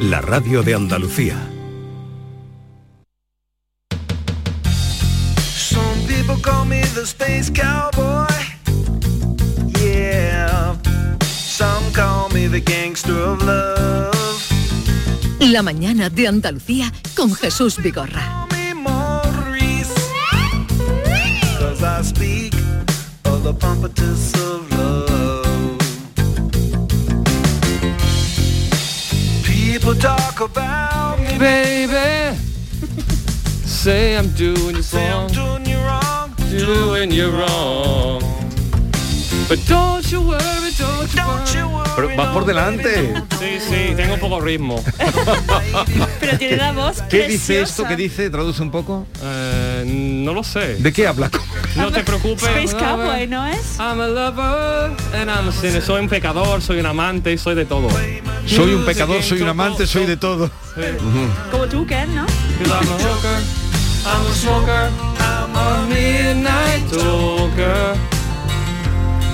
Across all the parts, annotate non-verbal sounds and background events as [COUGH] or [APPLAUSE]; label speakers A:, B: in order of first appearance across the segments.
A: la radio de Andalucía.
B: Some people call me the space cowboy. Yeah. Some call me the gangster of love.
C: La mañana de Andalucía con Jesús Vigorra.
B: Maurice. Cause I speak of the pompatus of love. People talk about me, [LAUGHS]
D: baby. Say I'm doing you wrong,
B: doing you wrong,
D: doing you wrong. But don't you worry, don't you worry.
E: Pero vas por delante.
D: Sí, sí, tengo un poco ritmo.
F: Pero tiene la voz
E: ¿Qué dice
F: preciosa.
E: esto? ¿Qué dice? Traduce un poco.
D: Eh, no lo sé.
E: ¿De qué habla?
D: No te preocupes.
F: Space Cowboy, ¿no es?
D: I'm a lover and I'm a sinner. Soy un pecador, soy un amante, soy de todo.
E: Soy un pecador, soy un amante, soy de todo.
F: Como tú, Ken, ¿no?
D: Cause I'm a hooker, I'm a smoker, I'm a midnight talker.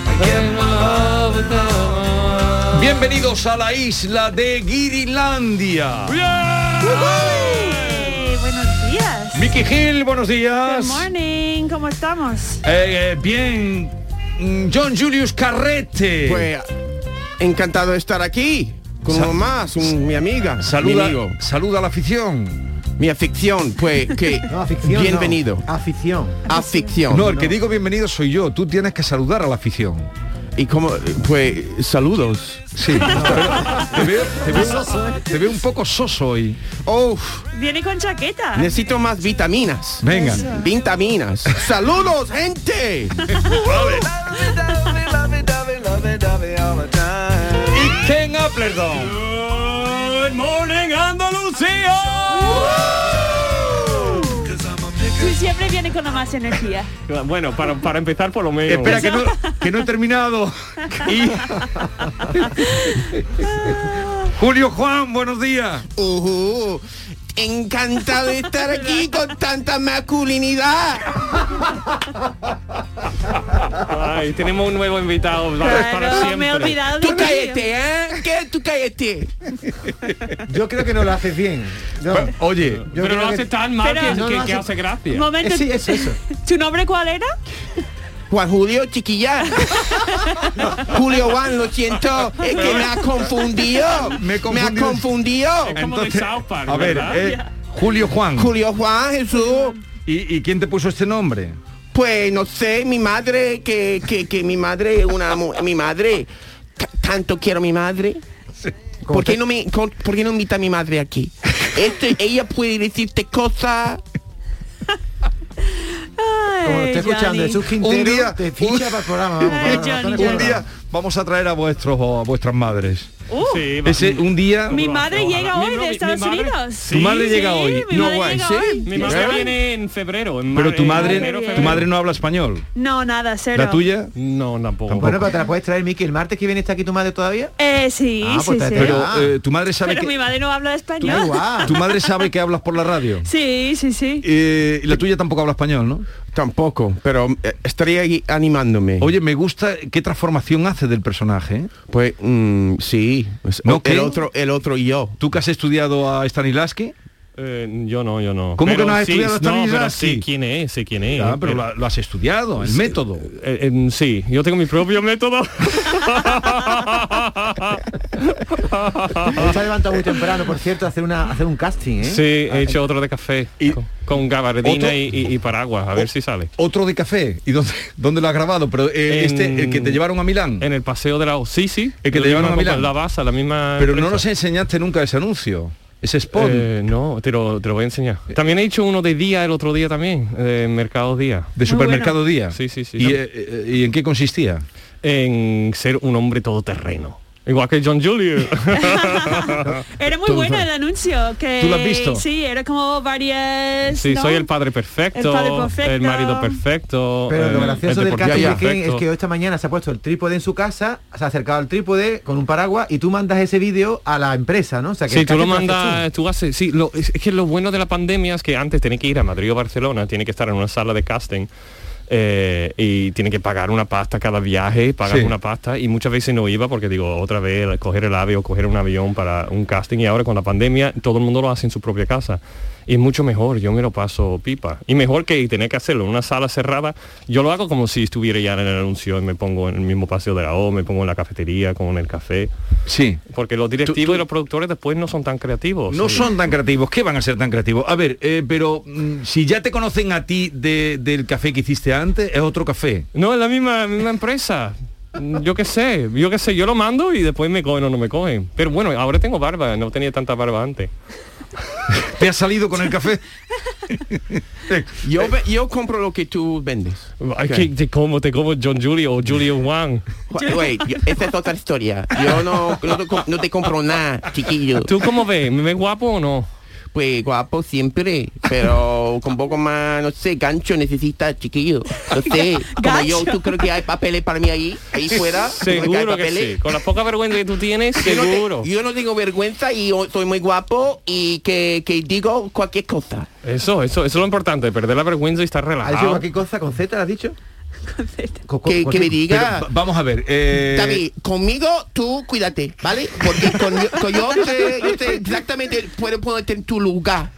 D: I get my love with the-
E: Bienvenidos a la isla de Guirilandia.
F: Eh, buenos días.
E: Vicky Gil, buenos días.
F: Good morning, ¿cómo estamos?
E: Eh, eh, bien. Mm, John Julius Carrete.
G: Pues encantado de estar aquí con
E: Sa-
G: uno más, un- mi amiga, mi
E: saluda,
G: amigo,
E: saluda a la afición.
G: mi afición,
E: [LAUGHS]
G: pues que
H: No, afición.
G: bienvenido,
H: no. Afición.
G: afición.
E: No, el que digo bienvenido soy yo. Tú tienes que saludar a la afición.
G: Y como pues saludos. [LAUGHS]
E: Sí. te, veo, te veo- te veo un poco soso hoy.
G: Oh,
F: Viene con chaqueta.
G: necesito más vitaminas.
E: Venga.
G: Vitaminas. Saludos, gente.
B: lovey, lovey, dovey, lovey, dovey all the time.
E: ¿Y quién ha perdón?
D: Good morning, Andalucía.
F: Tú siempre viene con la más energía.
D: Bueno, para, para empezar por lo menos.
E: Espera, que no, que no he terminado.
F: [LAUGHS]
E: Y- Julio Juan, buenos días.
G: Ujú. Encantado de estar aquí con tanta masculinidad.
D: Ay, tenemos un nuevo invitado va, para
F: Claro,
D: siempre.
F: me he olvidado de
G: Tú
F: ti.
G: cállate, ¿eh? ¿Qué? Tú cállate.
H: Yo creo que no lo haces bien. No.
E: Oye,
H: Yo
D: Pero
H: creo
D: lo
H: que-
D: hace tan mal
F: Pero-
D: que,
F: No,
D: que-
H: no
D: que
H: hace-
D: hace
F: Un
D: gracia.
F: momento.
H: Sí, es eso.
F: ¿Tu nombre cuál era?
G: Juan Julio Chiquilla. Julio Juan, lo
D: [LAUGHS]
G: siento, es que me ha confundido.
E: Me he confundido.
G: ha confundido.
D: Como de South Park,
E: a ver,
D: ¿verdad?
E: eh, Julio Juan.
G: Julio Juan, Jesús.
E: ¿Y, y quién te puso este nombre?
G: Pues no sé, mi madre, que, que, que mi madre es una mu- mi madre. t- Tanto quiero a mi madre. ¿Por qué, no me, con- ¿Por qué no invita a mi
E: [LAUGHS]
G: madre aquí? Este- ella puede decirte cosas.
H: Como lo
F: Ay,
H: estoy escuchando,
F: Johnny.
H: Jesús Quintero
E: Un día-
H: te ficha para el programa. vamos, para
F: Ay,
H: las
F: Johnny,
H: razones
F: Johnny.
H: por
E: Un
H: las-
E: día vamos a traer a vuestros o a vuestras madres.
F: Uh,
D: Sí, va.
E: Ese un día
F: Mi madre
D: Ojalá.
F: llega
D: Mi-
F: hoy
D: no, mi-
F: de
D: mi
F: Estados
D: madre-
F: Unidos.
D: Sí.
E: Tu madre llega hoy.
F: Mi
E: No,
F: madre
G: guay,
F: llega
G: sí.
F: hoy.
D: Mi madre viene en febrero. en
E: ¿Eh? Pero
D: mar-
E: tu
D: en
E: madre,
D: enero,
E: tu
D: febrero.
E: madre no habla español.
F: No, nada, cero.
E: La tuya.
D: No, tampoco.
H: Bueno, pero te la puedes traer, Miki. ¿El martes que viene está aquí tu madre todavía?
F: Eh, sí,
H: Ah,
F: sí,
H: pues te-
F: sí.
H: pero-
F: Pero,
H: Ah.
E: eh, tu madre sabe
F: mi
E: que
F: madre no habla
H: Da
F: español.
E: [LAUGHS]
H: igual.
E: tu madre sabe que hablas por la radio.
F: Sí, sí, sí.
E: Eh, y la tuya tampoco habla español, ¿no?
G: Tampoco, pero eh, estaría ahí animándome.
E: Oye, me gusta qué transformación hace del personaje. ¿eh?
G: Pues mm, sí, es-
E: ¿No
G: el
E: qué?
G: otro, el otro yo.
E: Tú que has estudiado a Stanislavski,
D: Eh, yo no, yo no.
E: ¿Cómo que no has
D: sí,
E: estudiado
D: No,
E: Stanislavski?
D: pero sí, quién es, sí, quién es.
E: Ah, pero la- lo has estudiado, el método.
D: Eh, eh, sí, yo tengo mi propio
E: [LAUGHS]
D: método.
H: Hoy se ha levantado muy temprano, por cierto, a hacer, una, a hacer un casting, ¿eh?
D: Sí, he hecho otro de café con, con gabardina
E: otro-
D: y, y- y paraguas, a ver si sale.
E: Otro de café. ¿Y dónde, [LAUGHS] dónde lo has grabado? Pero eh,
D: En-
E: este, el que te llevaron a Milán.
D: En el paseo de la O- Sí, sí.
E: El que
D: la
E: te llevaron
D: misma
E: a Milán.
D: copa, La base, la misma.
E: Pero no
D: Ah, empresa.
E: nos enseñaste nunca ese anuncio, ese spot.
D: Eh, no, te lo, te lo voy a enseñar. También he hecho uno de día el otro día también, de Mercado Día.
F: Ah,
E: de supermercado día.
D: Sí, sí, sí.
E: ¿Y, eh, eh, ¿y en qué consistía?
D: En ser un hombre todoterreno. Igual que John
E: [LAUGHS]
D: Julius.
F: Era muy bueno el anuncio. Que,
E: ¿Tú lo has visto?
F: Sí, era como varias...
D: Sí,
F: ¿no?
D: soy el padre perfecto,
F: El
D: el,
F: padre perfecto.
D: marido perfecto.
H: Pero lo
D: eh,
H: gracioso
D: el
H: del
D: deportista
H: casting de Ken es
D: perfecto.
H: que hoy esta mañana se ha puesto el trípode en su casa, se ha acercado al trípode con un paraguas y tú mandas ese vídeo a la empresa, ¿no? O sea, que
D: Sí,
H: el
D: tú lo
H: casting haces
D: mandas, tú haces, sí, lo- es, es que lo bueno de la pandemia es que antes tenía que ir a Madrid o Barcelona, tiene que estar en una sala de casting. eh, y tiene que pagar una pasta cada viaje, pagar
E: Sí.
D: una pasta y muchas veces no iba porque digo, otra vez coger el ave o coger un avión para un casting y ahora con la pandemia todo el mundo lo hace en su propia casa. Y es mucho mejor, yo me lo paso pipa. Y mejor que tener que hacerlo en una sala cerrada, yo lo hago como si estuviera ya en el anuncio y me pongo en el mismo paseo de la O, me pongo en la cafetería con el café.
E: Sí.
D: Porque los directivos
E: tú-
D: y los productores después no son tan creativos.
E: No
D: Sí.
E: son tan creativos. ¿Qué van a ser tan creativos? A ver, eh, pero mm, si ya te conocen a ti de- del café que hiciste antes, es otro café.
D: No, es la misma, misma empresa. Mm, Yo qué sé, yo qué sé, yo lo mando y después me cogen o no me cogen. Pero bueno, ahora tengo barba, no tenía tanta barba antes.
E: [LAUGHS] ¿Te has salido con el
D: [LAUGHS]
E: café?
G: Yo, ve- yo compro lo que tú vendes.
D: Ay, que te como, te como John Julio o Julio Juan.
G: Ju- Güey, [LAUGHS] yo- esta es otra historia. Yo no, no, te, com- no te compro nada, ah, chiquillo.
D: ¿Tú cómo ves? ¿Me ves guapo o no?
G: Pues guapo siempre, pero con poco más, no sé, gancho necesita, chiquillo.
D: [LAUGHS]
G: No sé, como yo,
F: Gancho.
G: ¿tú crees que hay papeles para mí ahí,
D: [LAUGHS]
G: ahí fuera? ¿Tú crees hay
D: Seguro que
G: papeles?
D: sí. Con la poca vergüenza que tú tienes,
G: [LAUGHS] Yo no te-
D: seguro.
G: Yo no tengo vergüenza y yo soy muy guapo y que, que digo cualquier cosa. Ah.
D: Eso, eso, eso es lo importante, perder la vergüenza y estar
H: ¿Ha dicho
D: relajado.
H: cualquier cosa con Z, ¿la has dicho? Co- co-
G: Que, que me
H: cualquier-
E: Pero,
G: diga,
E: va- vamos a ver. eh,
G: David, conmigo tú cuídate, ¿vale? Porque con, yo- con yo, te, yo te- exactamente puedo ponerte en tu lugar.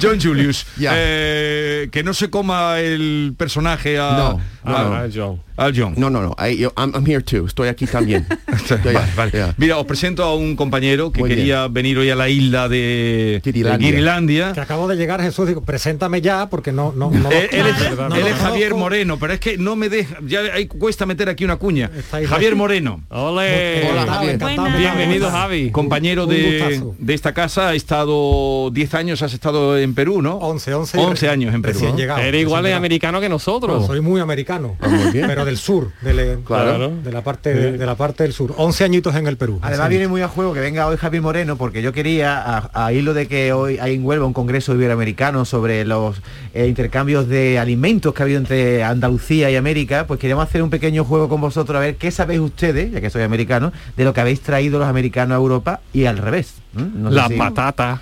E: John Julius.
G: [LAUGHS] Ya.
E: eh, que no se coma el personaje a,
G: No,
D: Ah,
E: a-
D: ah, John.
E: al John.
G: No, no, no, I- yo- I'm, I'm here too, estoy
D: [LAUGHS]
G: aquí también. Estoy-
E: Vale, vale.
G: yeah.
E: Mira, os presento a un compañero que
G: Muy bien.
E: quería venir hoy a la isla de
G: Kirilandia.
E: de Kirilandia.
I: Que acabo de llegar, Jesús, digo, preséntame ya, porque no... no,
H: [LAUGHS]
I: no
E: Eh, él es,
I: no lo
E: él es Javier
I: conozco.
E: Moreno, pero es que no me deja, ya ahí cuesta meter aquí una cuña.
I: Está ahí.
E: Javier Moreno,
D: Ole.
G: Hola, Javier.
I: encantado,
F: Buenas.
I: encantado.
D: Bienvenido, Javi.
E: compañero
I: Un
E: de,
I: gustazo.
E: de esta casa, ha estado 10 años, has estado en Perú, ¿no?
I: 11, 11.
E: 11 años en Perú.
I: Recién
E: ¿no?
I: llegado.
D: Eres igual de
I: Recién
D: americano que
I: llegado.
D: nosotros.
I: Soy muy americano,
H: Ah,
G: muy bien.
I: pero del sur, del- eh,
D: Claro.
I: de la parte de, de la parte del sur. 11 añitos en el Perú.
H: Además
I: Sí.
H: viene muy a juego que venga hoy Javier Moreno porque yo quería, a, a hilo de que hoy hay en Huelva un congreso iberoamericano sobre los eh, intercambios de alimentos que ha habido entre Andalucía y América, pues queríamos hacer un pequeño juego con vosotros a ver qué sabéis ustedes, ya que soy americano, de lo que habéis traído los americanos a Europa y al revés. ¿Mm? No sé
D: La
H: si-
D: patata.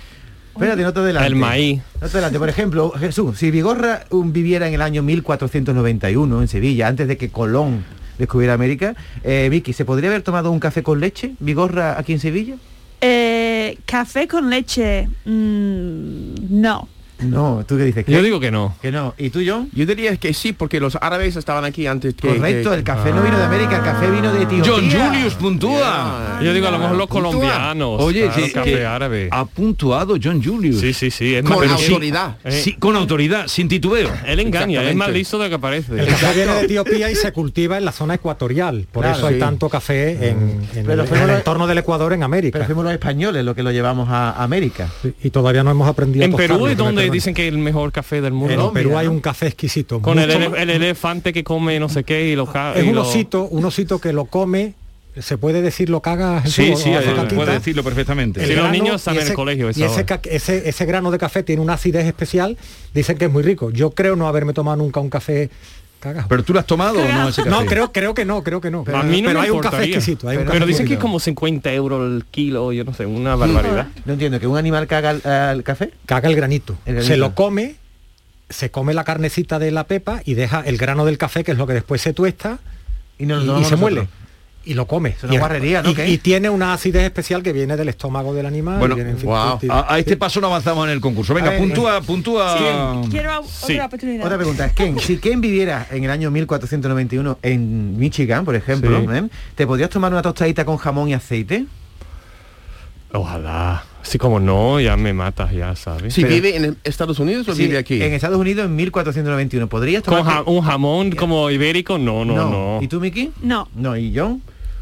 H: Espérate, no te adelantes.
D: El maíz.
H: No te adelantes. Por ejemplo, Jesús, si Vigorra um, viviera en el año 1491 en Sevilla, antes de que Colón descubriera América, eh, Vicky, ¿se podría haber tomado un café con leche Vigorra aquí en Sevilla?
F: Eh, café con leche. mm, no.
H: No, ¿tú qué dices? ¿Qué?
D: Yo digo que no.
H: que no. ¿Y tú, John?
G: Eh, Yo diría que sí, porque los árabes estaban aquí antes que...
H: Correcto, el café no vino de América, el café vino de Etiopía.
E: John Julius puntúa.
D: Yo digo, a lo mejor los
E: Puntúa.
D: colombianos.
E: Oye,
D: claro,
E: sí,
D: café
E: que
D: árabe.
E: ha puntuado John Julius.
D: Sí, sí, sí. Es
G: Con
D: más, pero sí,
G: autoridad.
D: eh,
E: Sí, con autoridad, sin titubeo.
D: Él engaña, es más
G: Exactamente.
D: listo de lo que parece.
I: El café viene de Etiopía y se cultiva en la zona ecuatorial, por
H: Claro,
I: eso hay
H: sí. Ah.
I: tanto café en, en
H: Pero
I: el,
H: fuimos
I: en el
H: los-
I: entorno del Ecuador en
H: Pero
I: América.
H: fuimos los españoles los que lo llevamos a a América.
I: Y todavía no hemos aprendido a
D: En
I: tostarlo,
D: Perú es
I: que me
D: donde
I: perdonen.
D: dicen que es el mejor café del
I: En
D: mundo.
I: Perú hay un café exquisito.
D: Con el,
I: mucho
D: ele-
I: más-
D: el elefante que come no sé qué y los ca-
I: es
D: y
I: un
D: los-
I: osito, un osito que lo come, se puede decir lo caga Jesús,
E: Sí,
I: o
E: sí,
I: hace
E: eh,
I: caquita.
E: puede decirlo perfectamente.
D: Sí,
I: El
D: los
I: grano
D: niños están
I: y
D: en el colegio a esa
I: Y ese,
D: hora.
I: ca- ese, ese grano de café tiene una acidez especial, dicen que es muy rico. Yo creo no haberme tomado nunca un café cagado.
E: Pero tú lo has tomado o no ese café?
I: no, creo, creo que no, creo que no.
D: A mí no
I: pero
D: me
I: hay un café
D: importaría.
I: exquisito. hay un
D: pero
I: café
D: dicen que es
I: exquisito.
D: como 50 euros el kilo, yo no sé, una barbaridad.
H: No entiendo, ¿que un animal caga al- al café?
I: caga el granito.
H: El granito.
I: Se lo come, se come la carnecita de la pepa y deja el grano del café, que es lo que después se tuesta
H: Y, nos
I: y,
H: lo
I: y
H: tomamos
I: se
H: nosotros.
I: muele. Y lo come.
H: una
I: Y-
H: guarrería, ¿no?
I: y-
H: ¿Qué?
I: Y, tiene una acidez especial que viene del estómago del animal. y
E: Bueno,
I: viene, en fin,
G: wow.
I: ti- ti-
E: A, a este paso no avanzamos en el concurso. Venga,
H: A ver,
E: puntúa, puntúa.
F: Sí, quiero a-
D: sí.
F: otra oportunidad.
H: Eh, Otra pregunta es Ken, si Ken viviera en el año 1491 en Michigan, por ejemplo,
D: Sí.
H: ¿eh? ¿te podrías tomar una tostadita con jamón y aceite?
D: Ojalá. Así como no, ya me matas, ya sabes.
G: Si
D: Pero-
G: vive en Estados Unidos o
H: Sí,
G: vive aquí.
H: En Estados Unidos en 1491, ¿podrías
D: Con
H: tomar
D: ja- un jamón como ibérico, no, no, no.
H: ¿Y tú, Miki?
F: No.
H: No, ¿y John?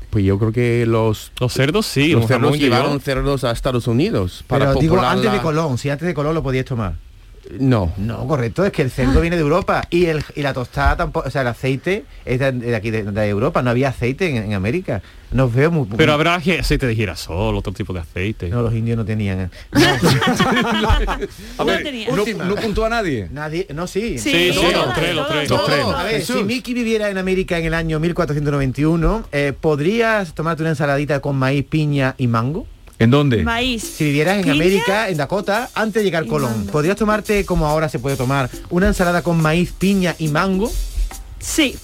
G: Pues yo creo que los
D: Los cerdos sí,
G: los
D: un
G: cerdos
D: jamón que yo-
G: llevaron cerdos a Estados Unidos para
H: Pero digo,
G: popular
H: antes de
G: la-
H: Colón, si antes de Colón lo podías tomar.
G: No.
H: No, correcto, es que el
D: Ah.
H: cerdo viene de Europa y, el, y la tostada tampoco, o sea, el aceite es de, de aquí, de, de Europa, no había aceite en, en América. Nos veo muy... [LAUGHS]
D: Pero [LAUGHS] habrá ge- aceite de girasol, otro tipo de aceite.
H: No, los indios no
D: [LAUGHS]
H: tenían...
E: A
F: No
E: ver,
F: tenía.
E: no, no puntúa a nadie.
H: Nadie, no, sí.
D: Sí, sí,
F: todas,
D: los tres, los
F: todas,
D: tres.
G: Los
F: todas.
G: tres.
H: A ver,
G: Jesús.
H: si Mickey viviera en América en el año 1491, eh, ¿podrías tomarte una ensaladita con maíz, piña y mango?
E: ¿En dónde?
F: Maíz.
H: Si vivieras en
F: ¿Piña?
H: América, en Dakota, antes de llegar Colón, ¿podrías tomarte, como ahora se puede tomar, una ensalada con maíz, piña y mango?
F: Sí.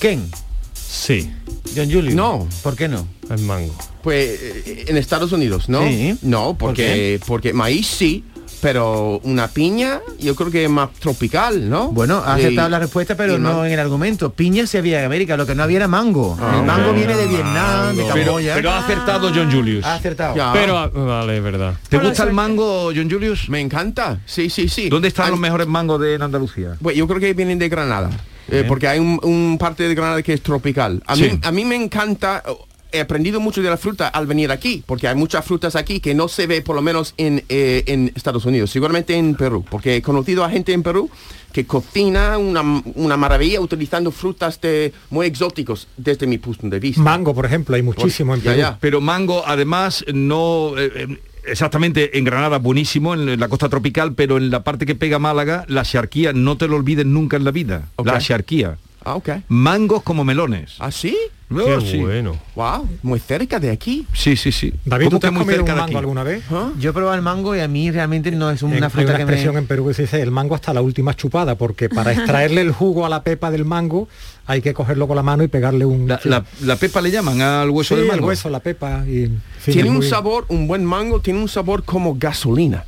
H: ¿Ken?
D: Sí,
H: John Julio.
G: No.
H: ¿Por qué no?
D: el mango.
G: Pues eh, en Estados Unidos, ¿no?
H: Sí.
G: No,
H: ¿Por
G: porque, porque maíz sí, pero una piña yo creo que es más tropical, ¿no?
H: Bueno, ha
G: Y-
H: aceptado la respuesta, pero
G: y
H: no
G: man-
H: en el argumento. Piña se había en América, lo que no había era mango.
G: Ah,
H: el mango
G: ok.
H: viene de Vietnam, de
E: Pero,
H: Camboya.
E: pero ha acertado John Julius.
H: ha acertado.
G: Ya.
D: Pero, ah, vale, es verdad.
E: ¿Te gusta el mango, John Julius?
G: Me encanta, sí, sí, sí.
E: ¿Dónde están
G: An-
E: los mejores mangos de Andalucía?
G: Bueno, yo creo que vienen de Granada, eh, porque hay un, un parte de Granada que es tropical. A,
E: Sí.
G: mí, a mí me encanta, oh, he aprendido mucho de la fruta al venir aquí, porque hay muchas frutas aquí que no se ve por lo menos en, eh, en Estados Unidos, seguramente en Perú, porque he conocido a gente en Perú que cocina una, una maravilla utilizando frutas de, muy exóticos desde mi punto de vista.
I: Mango, por ejemplo, hay muchísimo en
G: Ya,
I: Perú.
G: ya.
E: Pero mango, además, no... eh, eh, Exactamente, en Granada buenísimo, en en la costa tropical, pero en la parte que pega Málaga, la charquía, no te lo olvides nunca en la vida.
G: Ok.
E: La charquía.
G: Ah, ok.
E: Mangos como melones.
G: ¿Ah, sí?
E: No,
D: Qué
E: sí.
D: bueno.
G: Wow, muy cerca de aquí.
E: Sí, sí, sí.
I: David,
E: ¿Cómo
I: ¿tú te
E: que
I: has
E: muy
I: comido un
E: cerca de
I: mango
E: aquí?
I: alguna vez?
G: ¿Ah?
H: Yo he probado el mango y a mí realmente no es una
I: En- hay
H: fruta
I: una
H: que me...
I: expresión en Perú que se dice el mango hasta la última chupada, porque
H: [LAUGHS]
I: para extraerle el jugo a la pepa del mango hay que cogerlo con la mano y pegarle un...
E: La, la- la pepa le llaman al
I: Sí,
E: hueso del
I: el
E: mango.
I: hueso, la pepa. y- en fin,
G: Tiene
I: es
G: un
I: muy-
G: sabor, un buen mango, tiene un sabor como gasolina.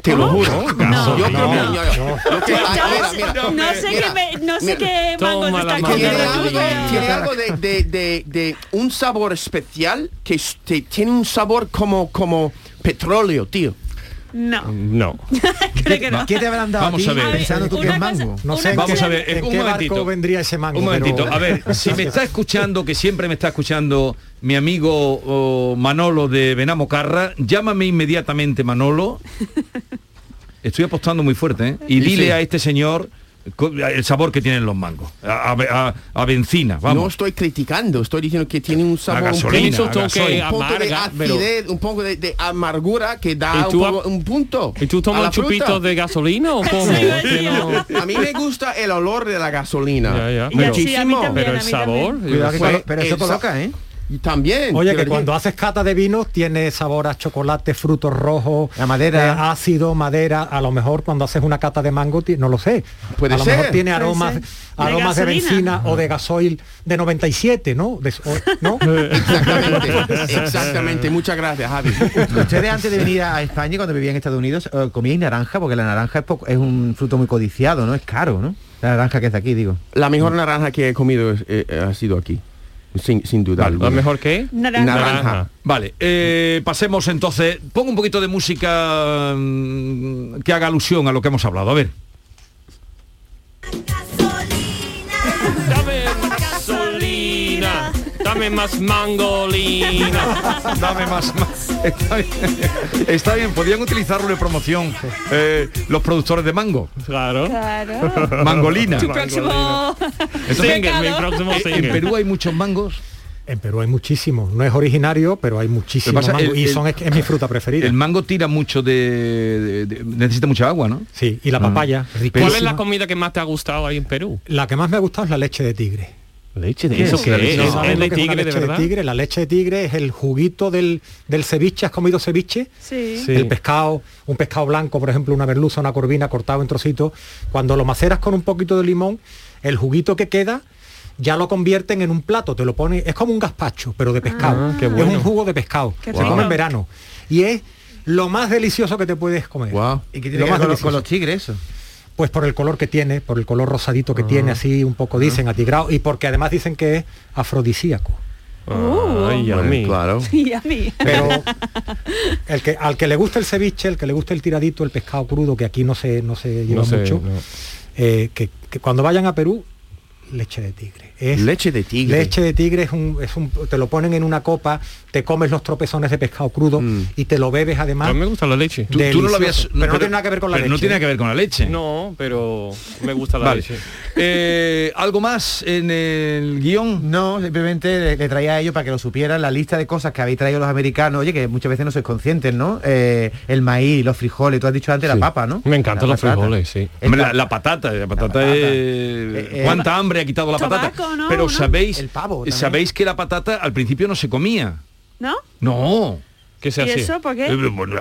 G: Te lo juro.
D: No,
G: Yo creo que-
D: no,
G: yo- yo- yo creo que- ah, mira, mira.
F: Estamos- No sé
G: mira,
F: qué me- no sé
G: mira.
F: qué mango
D: Toma
F: te está
D: la mano.
G: Tiene
D: Mira,
F: comiendo tú,
G: algo,
D: mira.
G: tiene
F: pero-
G: algo de, de- de- de un sabor especial que es- te- tiene un sabor como, como petróleo, tío.
F: No,
D: No.
F: [LAUGHS] creo que no.
H: ¿Qué te habrán dado
E: Vamos
H: ti
E: a ver.
H: pensando tú que es
F: Una cosa-
H: mango?
I: No sé,
F: una
I: en
E: Vamos
I: qué-
E: a ver,
I: ¿en
E: un
I: qué
E: momentito.
I: barco vendría ese mango?
E: Un momentito,
I: Pero- [LAUGHS]
E: a ver, si me está escuchando, que siempre me está escuchando mi amigo oh, Manolo de Benamocarra, llámame inmediatamente Manolo. Estoy apostando muy fuerte, ¿eh? Y
G: Sí,
E: dile
G: sí.
E: a este señor co- el sabor que tienen los mangos. A, a- a- a bencina,
G: No
E: vamos.
G: estoy criticando, estoy diciendo que tiene un sabor
E: gasolina,
G: un punto,
E: a gasolina.
G: un punto de
D: Amarga, pero-
G: acidez, un poco de, de amargura que
D: ¿Y
G: da un,
D: tú ha-
G: poco- un punto.
D: ¿Y tú
G: a
D: tomas
G: la
D: un chupito
G: fruta.
D: de gasolina o cómo?
F: [LAUGHS] Sí,
D: Es que
F: sí.
D: no-
G: A mí me gusta el olor de la gasolina.
D: Ya, ya.
F: Y así a mí
G: Muchísimo.
F: también.
D: Pero el
F: a mí también.
D: sabor... yo
H: Cuidado que
D: qué
G: Fue
H: colo- pero eso
G: el
H: coloca, ¿eh?
G: Y también.
I: Oye, que
G: quiero
I: cuando
G: decir.
I: haces cata de vinos tiene sabor a chocolate, frutos rojos,
H: La madera.
I: eh, ácido, madera. A lo mejor cuando haces una cata de mango, ti- no lo sé.
G: Puede
I: a lo
G: ser.
I: mejor tiene
F: Puede
I: aromas,
F: ser.
I: aromas
F: De
I: de,
F: gasolina.
I: benzina o de gasoil de 97, ¿no? De- o- ¿no?
G: Exactamente, exactamente. Muchas gracias, Javi.
H: Ah. Ustedes antes de venir a España, cuando vivían en Estados Unidos, eh, comíais naranja, porque la naranja es, poco- es un fruto muy codiciado, ¿no? Es caro, ¿no? La naranja que es de aquí, digo.
G: La mejor naranja que he comido es- eh, ha sido aquí. Sin, sin duda.
D: ¿Lo
G: alguna.
D: mejor qué?
F: Naranja.
G: Naranja.
E: Vale, eh, pasemos entonces. Pongo un poquito de música mm, que haga alusión a lo que hemos hablado. A ver.
D: Dame más gasolina, dame más mangolina.
E: Dame más, más. Está bien. [LAUGHS] Está bien, podían utilizarlo de promoción eh, los productores de mango.
D: Claro. [LAUGHS]
F: Claro.
E: Mangolina.
F: Tu [LAUGHS] próximo.
D: Single, mi
F: Pecado.
D: próximo
E: En
D: single.
E: Perú hay muchos mangos.
I: En Perú hay muchísimo. No es originario, pero hay muchísimo
E: Lo que pasa,
I: mango.
E: el-
I: y
E: el-
I: son, es, es mi fruta preferida.
E: El mango tira mucho de, de- de- necesita mucha agua, ¿no? Mm.
I: sí, y la papaya.
D: ¿Cuál es
I: riquísima.
D: la comida que más te ha gustado ahí en Perú?
I: La que más me ha gustado es la leche de tigre.
D: Leche de
E: ¿Qué
D: eso
E: es?
D: que
E: ¿La leche
D: es,
E: de
I: ¿No
D: es
E: tigre?
I: sabes lo
D: de
I: que es una
D: tigre de
I: leche de
D: verdad.
I: tigre? La leche de tigre es el juguito del, del ceviche. ¿Has comido ceviche?
F: Sí.
D: Sí.
I: El pescado, un pescado blanco, por ejemplo, una merluza, una corvina cortado en trocitos, cuando lo maceras con un poquito de limón, el juguito que queda ya lo convierten en un plato, te lo ponen, es como un gazpacho, pero de pescado.
D: qué bueno.
I: Es un jugo de pescado,
F: Qué
I: se
F: rico.
I: come en verano. Y es lo más delicioso que te puedes comer.
G: Guau.
H: ¿Y
I: Lo
H: que tiene que
I: más
H: ver con, los-
I: delicioso.
H: con los tigres eso?
I: Pues por el color que tiene, por el color rosadito que
D: Ah.
I: tiene, así un poco dicen, atigrado, y porque además dicen que es afrodisíaco.
F: Uh.
D: Ay, a
G: Bueno,
D: mí.
G: Claro.
F: [LAUGHS] Y a mí.
I: Pero el que, al que le gusta el ceviche, el que le gusta el tiradito, el pescado crudo, que aquí no se, no se lleva
D: No sé,
I: mucho,
D: no.
I: eh, que, que cuando vayan a Perú, leche de tigre. Es-
G: Leche de tigre.
I: Leche de tigre es un, es un- te lo ponen en una copa, te comes los tropezones de pescado crudo y te lo bebes
D: A
I: además.
D: mí me gusta la leche.
I: Tú- Delicioso. Pero no tiene nada que ver con la
E: pero Mm. No
I: leche,
E: tiene
I: ¿eh?
E: que ver con la leche.
D: No, pero me gusta la
E: Vale.
D: leche.
E: Eh, ¿Algo más en el guión?
H: No, simplemente le, le traía a ellos para que lo supieran la lista de cosas que habéis traído los americanos. Oye, que muchas veces no sois conscientes, ¿no? Eh, el maíz, los frijoles, tú has dicho antes la papa, ¿no?
D: Me encantan
H: La
D: los
H: patata.
D: frijoles, sí.
H: El
E: Hombre, la,
H: pa-
E: la patata, la patata,
H: patata.
E: es-
H: Eh, eh,
E: ¿Cuánta hambre ha quitado la
F: Tabaco,
E: patata?
F: ¿no?
E: Pero
F: ¿no?
E: sabéis,
H: El pavo también.
E: sabéis que la patata al principio no se comía.
F: [LAUGHS] ¿No?
E: No.
D: que se
F: ¿Y
D: hacía.
F: eso por qué?
E: Eh, bueno,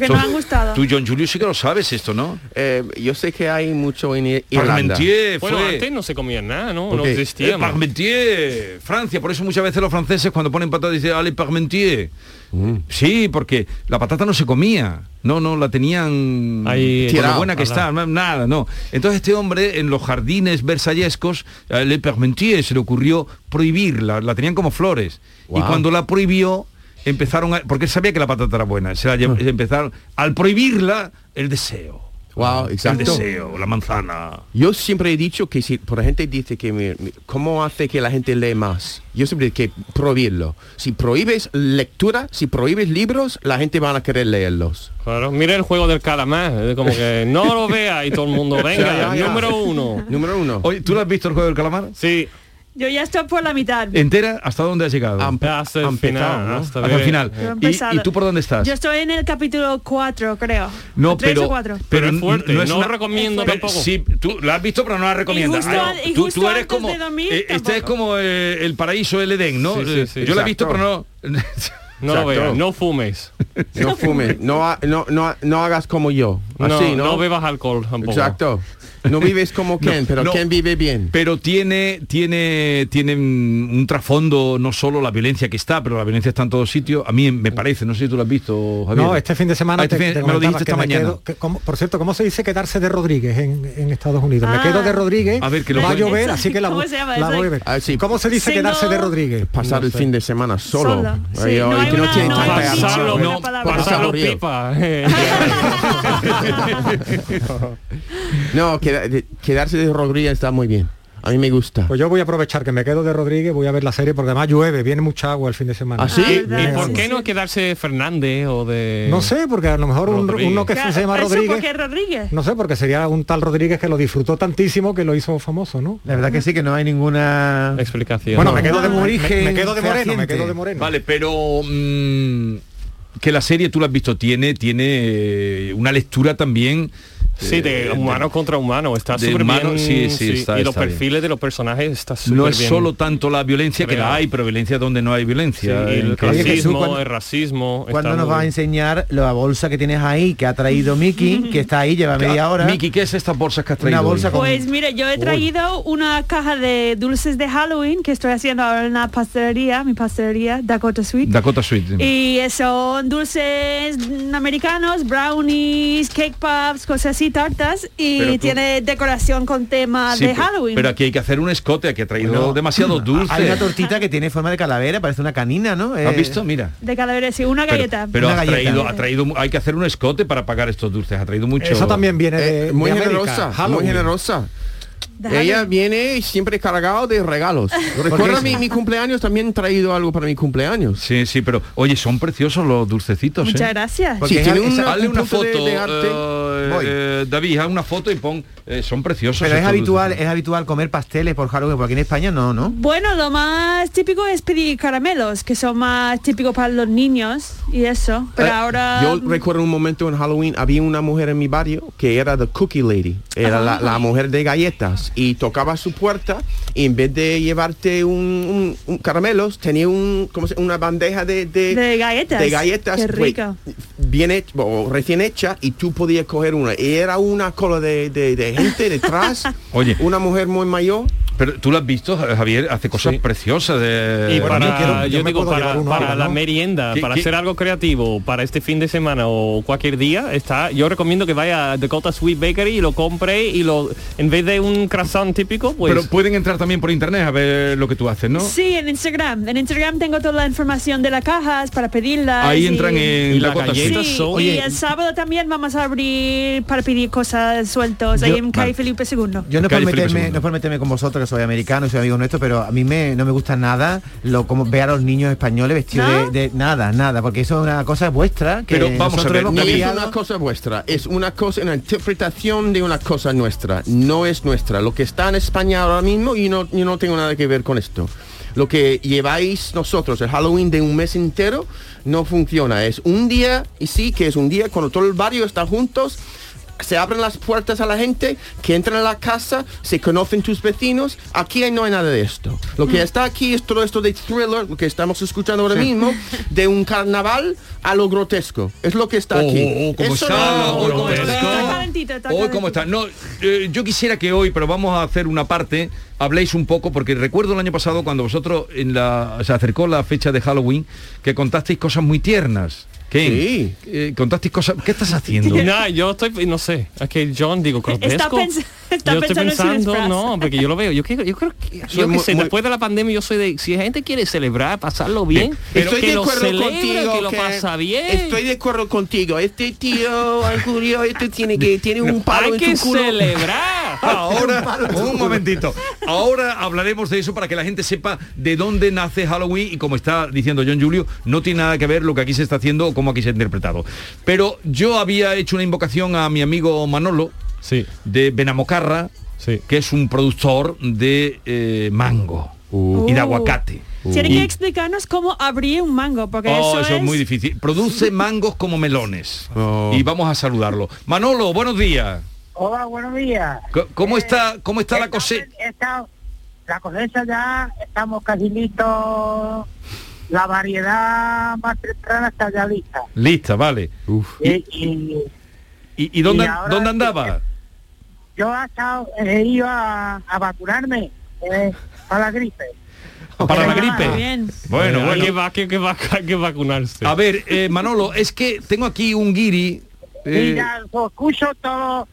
F: no han gustado.
E: Tú, John Julio, sí que lo sabes esto, ¿no?
G: Eh, yo sé que hay mucho en I- Irlanda.
E: Parmentier fue...
D: Bueno, antes no se comía nada, ¿no?
G: ¿Por
D: No
G: qué?
D: existía.
E: Eh,
D: man.
E: Parmentier, Francia, por eso muchas veces los franceses cuando ponen patata dicen, ale Parmentier.
G: Mm.
E: Sí, porque la patata no se comía, no, no, la tenían
D: Ahí,
E: con lo
D: tirado,
E: buena que
D: ala.
E: está, no, nada, no. Entonces este hombre en los jardines versallescos, eh, le Parmentier se le ocurrió prohibirla, la tenían como flores. Y
G: Guau.
E: cuando la prohibió, empezaron, a, porque él sabía que la patata era buena, se la
G: [LAUGHS]
E: lle- empezaron, al prohibirla, el deseo,
G: Wow,
E: el
G: exacto.
E: deseo, la manzana.
G: Yo siempre he dicho que si por la gente dice que mi- mi- cómo hace que la gente lee más, yo siempre digo que prohibirlo. Si prohíbes lectura, si prohíbes libros, la gente van a
D: [LAUGHS]
G: querer leerlos.
D: Claro, mira el juego del calamar, eh, como que no lo vea y todo el
E: [LAUGHS]
D: mundo venga,
G: Ya, ya.
D: número uno.
G: Número uno.
E: Oye, ¿tú lo has visto el juego del calamar?
D: Sí,
F: Yo ya estoy por la mitad.
E: ¿Entera? ¿Hasta dónde has llegado?
G: Am-
D: hasta el
G: Han petado,
D: final,
G: ¿no?
D: hasta, Eh.
E: hasta
D: ver-
E: el final.
F: Yo he
E: ¿Y-
F: empezado.
E: ¿Y, tú por dónde estás?
F: Yo estoy en el capítulo 4, creo.
E: no,
F: Tres
E: pero,
F: o cuatro.
D: Pero es
E: n-
D: fuerte, no,
E: es una-
D: recomiendo
E: Pero
D: tampoco.
E: sí, tú la has visto, pero no la recomiendas.
F: Y
E: Ah,
F: justo
E: no.
F: al- y
E: tú,
F: justo
E: tú eres
F: antes
E: como,
F: de dormir,
E: eh, este es
F: tampoco.
E: como eh, el paraíso, el Edén, ¿no?
D: Sí, sí,
E: Eh,
D: sí,
E: Yo la he visto, pero
D: exacto.
E: no.
D: No lo
G: Exacto.
D: veas, no fumes.
G: No fumes, no, ha- no, no, no hagas como yo.
D: No,
G: Así, ¿no?
D: no bebas alcohol tampoco.
G: Exacto. No vives
D: [LAUGHS]
G: como Ken, pero
E: no.
G: Ken vive bien.
E: Pero tiene, tiene, tiene mm, un trasfondo, no solo la violencia que está, pero la violencia está en todos sitios. A mí me parece, no sé si tú lo has visto, Javier.
I: No, este fin de semana
E: Ah, este
I: te-
E: fin-
I: te
E: me lo
I: comentaba
E: dijiste
I: que
E: esta
I: me
E: mañana.
I: quedo- que como- por cierto, ¿cómo se dice quedarse de Rodríguez en, en Estados Unidos?
F: Ah.
I: me quedo de Rodríguez.
E: A ver, que lo
I: va a
E: cuente.
I: llover, así que la,
F: ¿Cómo
I: bu-
F: se llama?
I: la
F: Eso-
I: voy a ver.
G: Ah, sí.
I: ¿Cómo se dice
F: Single-
I: quedarse de Rodríguez?
G: Pasar el fin de semana solo.
F: Solo, sí.
G: Ay,
F: No
G: ay,
F: hay
G: que no
F: una-
G: tiene
F: no hay
G: tanta
F: dicho
G: gracia.
D: Pasarlo,
F: una
D: no,
F: palabra.
D: pasarlo
G: Saborío.
D: [LAUGHS] pipa.
G: No, queda- de- quedarse de Rodríguez está muy bien. A mí me gusta.
I: Pues yo voy a aprovechar que me quedo de Rodríguez, voy a ver la serie porque además llueve, viene mucha agua el fin de semana.
G: ¿Ah, sí?
F: Ah,
D: ¿Y
F: verdad,
D: por
F: sí,
D: qué
F: sí.
D: no quedarse de Fernández o de...?
I: No sé, porque a lo mejor un-
D: Rodríguez.
I: uno que se llama
F: Claro, eso
I: Rodríguez.
F: porque es Rodríguez.
I: No sé, porque sería un tal Rodríguez que lo disfrutó tantísimo que lo hizo famoso, ¿no?
H: La verdad que sí, que no hay ninguna...
D: Explicación.
I: Bueno,
D: No.
I: me quedo de
H: No,
I: Moreno,
H: origen
I: me quedo de Moreno, me
H: fehaciente.
I: quedo de Moreno.
E: Vale, pero mm, que la serie, tú la has visto, tiene, tiene eh, una lectura también.
D: Sí, de
E: eh,
D: humano contra humano, está
E: de
D: súper
E: humano-
D: bien.
E: sí, sí, está-
D: y los
E: está bien.
D: perfiles de los personajes está súper
E: No es
D: bien.
E: solo tanto la violencia, que la
D: creado.
E: hay, pero violencia donde no hay
D: Sí,
E: violencia.
D: y el
E: En que-
H: Oye, Jesús,
D: racismo,
H: ¿cuándo-
D: el racismo.
H: ¿Cuándo
D: está
H: nos
D: muy
H: vas a
D: bien.
H: enseñar la bolsa que tienes ahí, que ha traído Miki, que está ahí, lleva media hora?
E: Miki, ¿qué es estas bolsas que has
H: Una
E: traído?
H: bolsa
E: hoy?
H: con-
F: Pues mire, yo he traído una caja de dulces de Halloween que estoy haciendo ahora en la pastelería, mi pastelería Dakota Sweet.
E: Dakota Sweet.
F: y son dulces mm, americanos, brownies, cake pops, cosas así, tartas
E: Pero
F: y
E: tú-
F: tiene decoración con tema
E: Sí,
F: de
E: pe-
I: Eh,
F: Halloween.
E: Pero aquí hay que hacer un escote, aquí ha traído
H: No.
E: demasiado dulce. Ah,
H: Ah, Hay una tortita que tiene forma de calavera, parece una canina, ¿no? Eh,
E: ¿Has visto? Mira.
F: de calaveras, sí, una
E: Pero-
F: galleta.
E: Pero,
H: Una
E: ha
H: galleta.
E: traído, ha traído, hay que hacer un escote para pagar estos dulces. Ha traído mucho.
I: Eso también viene de,
G: Eh, muy
I: de América,
G: generosa, muy
I: Halloween.
G: generosa.
F: De
G: Ella
F: Halloween.
G: viene siempre cargado de regalos.
F: [LAUGHS]
E: Pues,
G: [LAUGHS] Recuerda mi, mi cumpleaños, también he traído algo para mi cumpleaños.
E: Sí, sí, pero oye, son preciosos los dulcecitos.
F: Muchas
E: ¿eh?
F: gracias.
G: Sí,
H: Porque
G: tiene
H: es-
G: una-
E: Hazle
G: un
E: una
G: punto
E: foto,
G: de- de arte.
E: eh,
H: Voy.
E: eh, David, haz una foto y pon, eh, son preciosos.
H: Pero es
E: estos
H: habitual,
E: dulces.
H: es habitual comer pasteles por Halloween, porque aquí en España no, ¿no?
F: Bueno, lo más típico es pedir caramelos, que son más típicos para los niños y eso. Pero
G: Eh,
F: ahora...
G: Yo recuerdo un momento en Halloween, había una mujer en mi barrio que era the cookie lady, era la, la mujer de galletas, y tocaba su puerta y en vez de llevarte un, un- un caramelos, tenía un, ¿cómo se- una bandeja de,
F: De galletas.
G: De galletas.
F: Qué
G: pues,
F: rico.
G: bien hecha, o recién hecha y tú podías coger una. Y era una cola de, de- de
F: [LAUGHS]
G: gente detrás,
E: Oye.
G: una mujer muy mayor.
E: Pero tú lo has visto, Javier, hace cosas
D: Sí.
E: preciosas de.
D: Y
E: Bueno,
D: para,
I: yo quiero- yo
D: Eh, yo
I: me
D: digo,
I: puedo
D: para,
I: llevar uno
D: para
I: ahora,
D: la
I: ¿no?
D: merienda,
E: ¿Qué-
D: para
E: qué-
D: hacer algo creativo, para este fin de semana o cualquier día, está. Yo recomiendo que vaya a Dakota Sweet Bakery y lo compre y lo, en vez de un croissant típico, pues.
E: Pero pueden entrar también por internet a ver lo que tú haces, ¿no?
F: Sí, en Instagram. En Instagram tengo toda la información de las cajas para pedirlas.
E: Ahí
F: y-
E: entran en
D: y la
E: Dakota
D: galleta.
E: Sweet.
F: Sí,
D: son-
F: y
D: Oye,
F: el sábado también vamos a abrir para pedir cosas sueltos ahí
H: Yo-
F: en Calle
E: vale.
F: Felipe II.
H: Yo no es,
E: Calle
H: por
E: Felipe
H: meterme,
E: segundo.
H: no es por meterme con vosotros, que soy americano y soy amigo nuestro, pero a mí me, no me gusta nada lo como ver a los niños españoles vestidos
F: ¿No?
H: de, de- nada, nada, porque eso es una cosa vuestra que
E: Pero vamos a
H: nosotros
E: ver,
H: hemos
G: Ni es
H: cambiado.
G: una cosa vuestra, es una cosa, una interpretación de una cosa nuestra, no es nuestra. Lo que está en España ahora mismo, y no, yo no tengo nada que ver con esto. Lo que lleváis nosotros, el Halloween de un mes entero, no funciona. Es un día, y sí que es un día cuando todo el barrio está juntos, se abren las puertas a la gente, que entran a la casa, se conocen tus vecinos. Aquí no hay nada de esto. Lo
D: Mm.
G: que está aquí es todo esto de thriller, lo que estamos escuchando ahora mismo, de un carnaval a lo grotesco. Es lo que está aquí.
E: Oh, oh, ¿cómo
G: Eso
E: está?
G: no-
E: Hoy, ¿cómo
F: Está
E: está?
F: calentito, está
E: Hoy, Oh, ¿cómo
F: calentito.
E: está? No, eh, yo quisiera que hoy, pero vamos a hacer una parte, habléis un poco, porque recuerdo el año pasado cuando vosotros en la, se acercó la fecha de Halloween, que contasteis cosas muy tiernas. ¿Qué? Eh, contasteis cosas... ¿Qué estás haciendo?
D: No, [LAUGHS] yo estoy, no sé, es que John digo
F: Está,
D: grotesco.
F: pens- [LAUGHS] está
D: yo estoy
F: pensando en su
D: pensando,
F: disfraz.
D: no, porque yo lo veo, yo, que- yo creo que, yo
G: Soy
D: que
G: muy-
D: sé,
G: muy-
D: después de la pandemia yo soy de, si la gente quiere celebrar, pasarlo bien,
G: estoy
D: que
G: de
D: lo
G: acuerdo
D: celebre,
G: contigo.
D: que lo pasa bien.
G: Estoy de acuerdo contigo. Este tío, Arcurio, este tiene que tiene un palo
D: Hay
G: en
D: que
G: su culo.
D: celebrar.
E: [LAUGHS] Ahora, un momentito. Ahora hablaremos de eso para que la gente sepa de dónde nace Halloween y como está diciendo John Julio, no tiene nada que ver lo que aquí se está haciendo o cómo aquí se ha interpretado. Pero yo había hecho una invocación a mi amigo Manolo
D: Sí,
E: de Benamocarra,
D: sí.
E: que es un productor de eh, mango y de
F: Uh.
E: aguacate.
F: Tiene
E: Y-
F: que explicarnos cómo abrir un mango, porque
E: Oh,
F: eso,
E: eso es
F: es
E: muy difícil.
F: [LAUGHS]
E: Produce mangos como melones.
D: Oh.
E: Y vamos a saludarlo. Manolo, buenos días.
J: Hola, buenos días.
E: Co-
J: Eh,
E: ¿Cómo está, cómo está la cosecha?
J: Esta- la cosecha ya, estamos casi listos. La variedad más temprana está ya lista.
E: Lista, vale.
J: Y, y
E: ¿Y, y dónde,
J: Eh, Y ahora-
E: dónde andaba?
J: yo he, estado, he ido a, a vacunarme eh, para la gripe.
E: Para la
J: Ah,
E: gripe.
F: bien.
E: Bueno,
D: Eh, Hay que,
E: bueno.
D: va- que- que va- [LAUGHS] hay que vacunarse.
E: A ver, eh, Manolo, es que tengo aquí un guiri. eh,
J: Y ya os escucho todos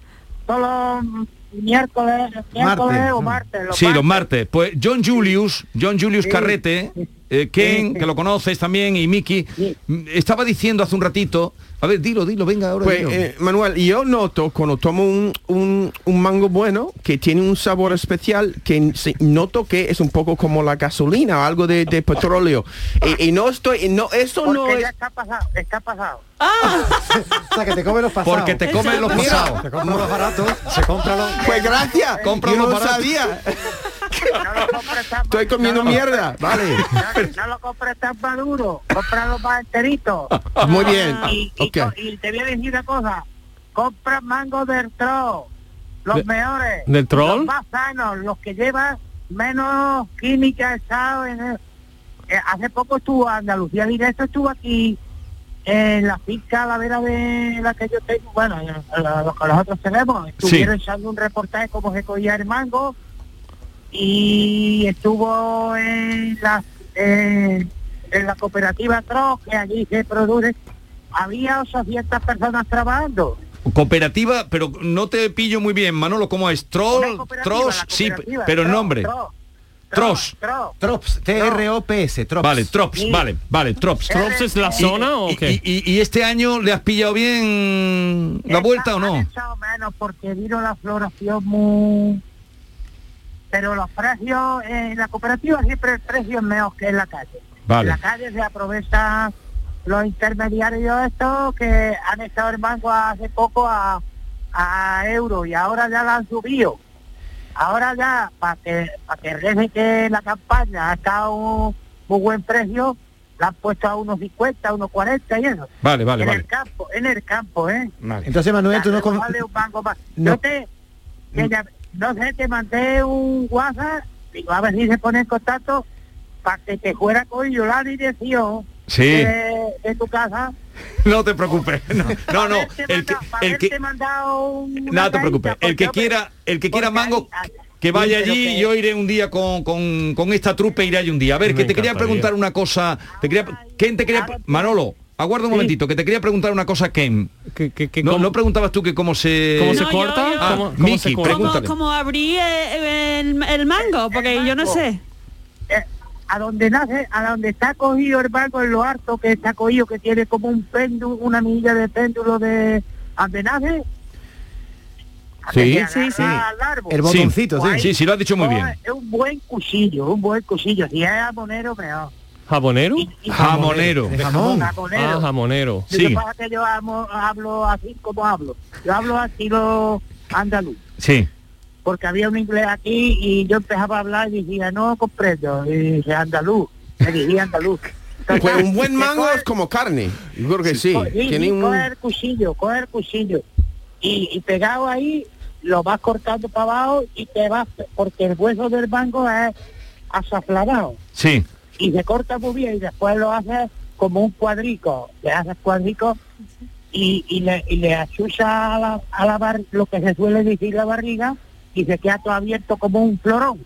J: todos los miércoles, miércoles o martes.
E: sí, los martes. Pues John Julius, John Julius Carrete, eh, Ken, que lo conoces también, y Miki,
J: Sí.
E: m- estaba diciendo hace un ratito. A ver, dilo, dilo, venga, ahora.
G: Pues,
E: dilo.
G: eh, Manuel, yo noto cuando tomo un, un- un mango bueno que tiene un sabor especial que n- se- noto que es un poco como la gasolina o algo de, de petróleo. Y, y no estoy, y no, eso
J: Porque
G: no
J: ya Ah.
G: es...
J: está pasado, está pasado.
H: [LAUGHS] O sea, que te come los pasados.
E: Porque te comen los
G: Mira.
E: pasados.
H: Te compra los baratos, se compra los...
G: Pues gracias,
E: Compra
G: yo
E: uno
G: no
E: barato.
G: sabía.
J: No lo compres tan-
G: Estoy
J: no
G: comiendo
J: lo-
G: mierda, vale.
J: No, no lo compres tan maduro, cómpralo más enterito.
G: Muy bien,
J: Y, y
G: ok.
J: co- y te voy a decir una cosa, compra mango del troll, los
D: De-
J: mejores,
D: ¿Del
J: los
D: troll?
J: más sanos, los que llevan menos química, ¿sabes? Eh, hace poco estuvo a Andalucía Directo, estuvo aquí en la finca a la vera de la que yo tengo, bueno, en- en la- los que nosotros tenemos, estuvieron echando un reportaje cómo recogía el mango y estuvo en la en, en la cooperativa Troc que allí se produce había 800 personas trabajando
E: Cooperativa, pero no te pillo muy bien, Manolo, ¿cómo es?
J: Una
E: Troll,
J: cooperativa,
E: Tros,
J: la
E: sí,
J: cooperativa,
E: pero el
J: Troc,
E: nombre.
J: Troc,
E: Tros.
J: Troc,
H: Trops, T-R-O-P-S, Trops.
E: Vale, Trops,
J: Sí. Eh,
E: vale, vale, Trops.
D: ¿Trops es la zona o
E: y,
D: qué?
E: y- y- y este año le has pillado bien la
J: Esta
E: vuelta o no?
J: han echado menos porque vino la floración muy... Pero los precios, eh, en la cooperativa siempre el precio es mejor que en la calle.
E: Vale.
J: En la calle se aprovecha los intermediarios estos que han estado en banco hace poco a, a euro y ahora ya la han subido. Ahora ya, para que, pa' que rece que la campaña ha estado un muy buen precio, la han puesto a 1,50, 1,40 y eso.
E: Vale, vale,
J: en
E: vale.
J: el campo, en el campo, ¿eh?
H: Entonces, Manuel, tú no... con-
J: Dale un banco más.
H: No.
J: Yo te, que ya- no sé, te mandé un WhatsApp, digo, a ver si se pone en contacto para que te fuera con yo la dirección
E: Sí.
J: de, de tu casa.
E: No te preocupes. [LAUGHS] No, no, no,
J: Haberte
E: El que,
J: mandado-
E: el
J: haberte
E: que,
J: mandado un- una
E: nada te
J: carita,
E: preocupes. El que
J: porque-
E: quiera, el que quiera
J: porque
E: mango,
J: ahí-
E: que vaya
J: Sí, pero
E: allí.
J: que-
E: Yo iré un día con, con, con esta trupe, iré allí un día. A ver,
D: Me
E: que te quería
D: encantaría.
E: preguntar una cosa. Te quería, ¿Quién te quería? Manolo, aguarda un momentito, que te quería preguntar una cosa, Ken.
D: ¿Qué- qué- qué-
E: No,
D: cómo-
E: no preguntabas tú que cómo se.
D: ¿Cómo se
F: No, yo-
D: corta?
F: yo-
E: Ah,
D: ¿Cómo, cómo se
E: Miki,
D: corta?
E: pregunta.
F: ¿Cómo,
E: Pregúntale.
F: cómo abrí eh, el, el mango? Porque yo no
J: mango.
F: sé.
J: eh, a donde nace, a donde está cogido el barco en lo harto que está cogido, que tiene como un péndulo, una milla de péndulo de a donde nace. a que
E: Sí,
J: se
F: sí, sí.
J: agarra al árbol.
H: El botoncito, sí.
J: Guay.
E: Sí, sí, lo has dicho muy
J: No,
E: bien.
J: Oh, Es un buen cuchillo, un buen cuchillo. Si es jamonero, mejor.
D: ¿Jabonero?
J: Y-
E: Jamonero.
H: De jamón.
J: Jamonero.
D: Ah, jamonero.
J: Lo que
E: sí.
J: pasa es que yo amo- hablo así como hablo. Yo hablo así lo andaluz.
E: Sí.
J: porque había un inglés aquí y yo empezaba a hablar y decía, no comprendo, y dije, andaluz, me dije andaluz.
G: [LAUGHS]
J: Entonces,
G: Pues un buen
J: que
G: mango
J: coge-
G: es como carne. Yo creo que sí.
J: co- sí,
G: Tiene
J: sí,
G: un...
J: coge el cuchillo, coge el cuchillo. y, y pegado ahí lo vas cortando para abajo y te vas, porque el hueso del mango es azaflanado
E: Sí.
J: y se corta muy bien y después lo haces como un cuadrico, le haces cuadrico y, y le, y le achucha a la, a la bar- lo que se suele decir la barriga y se queda todo abierto como un florón.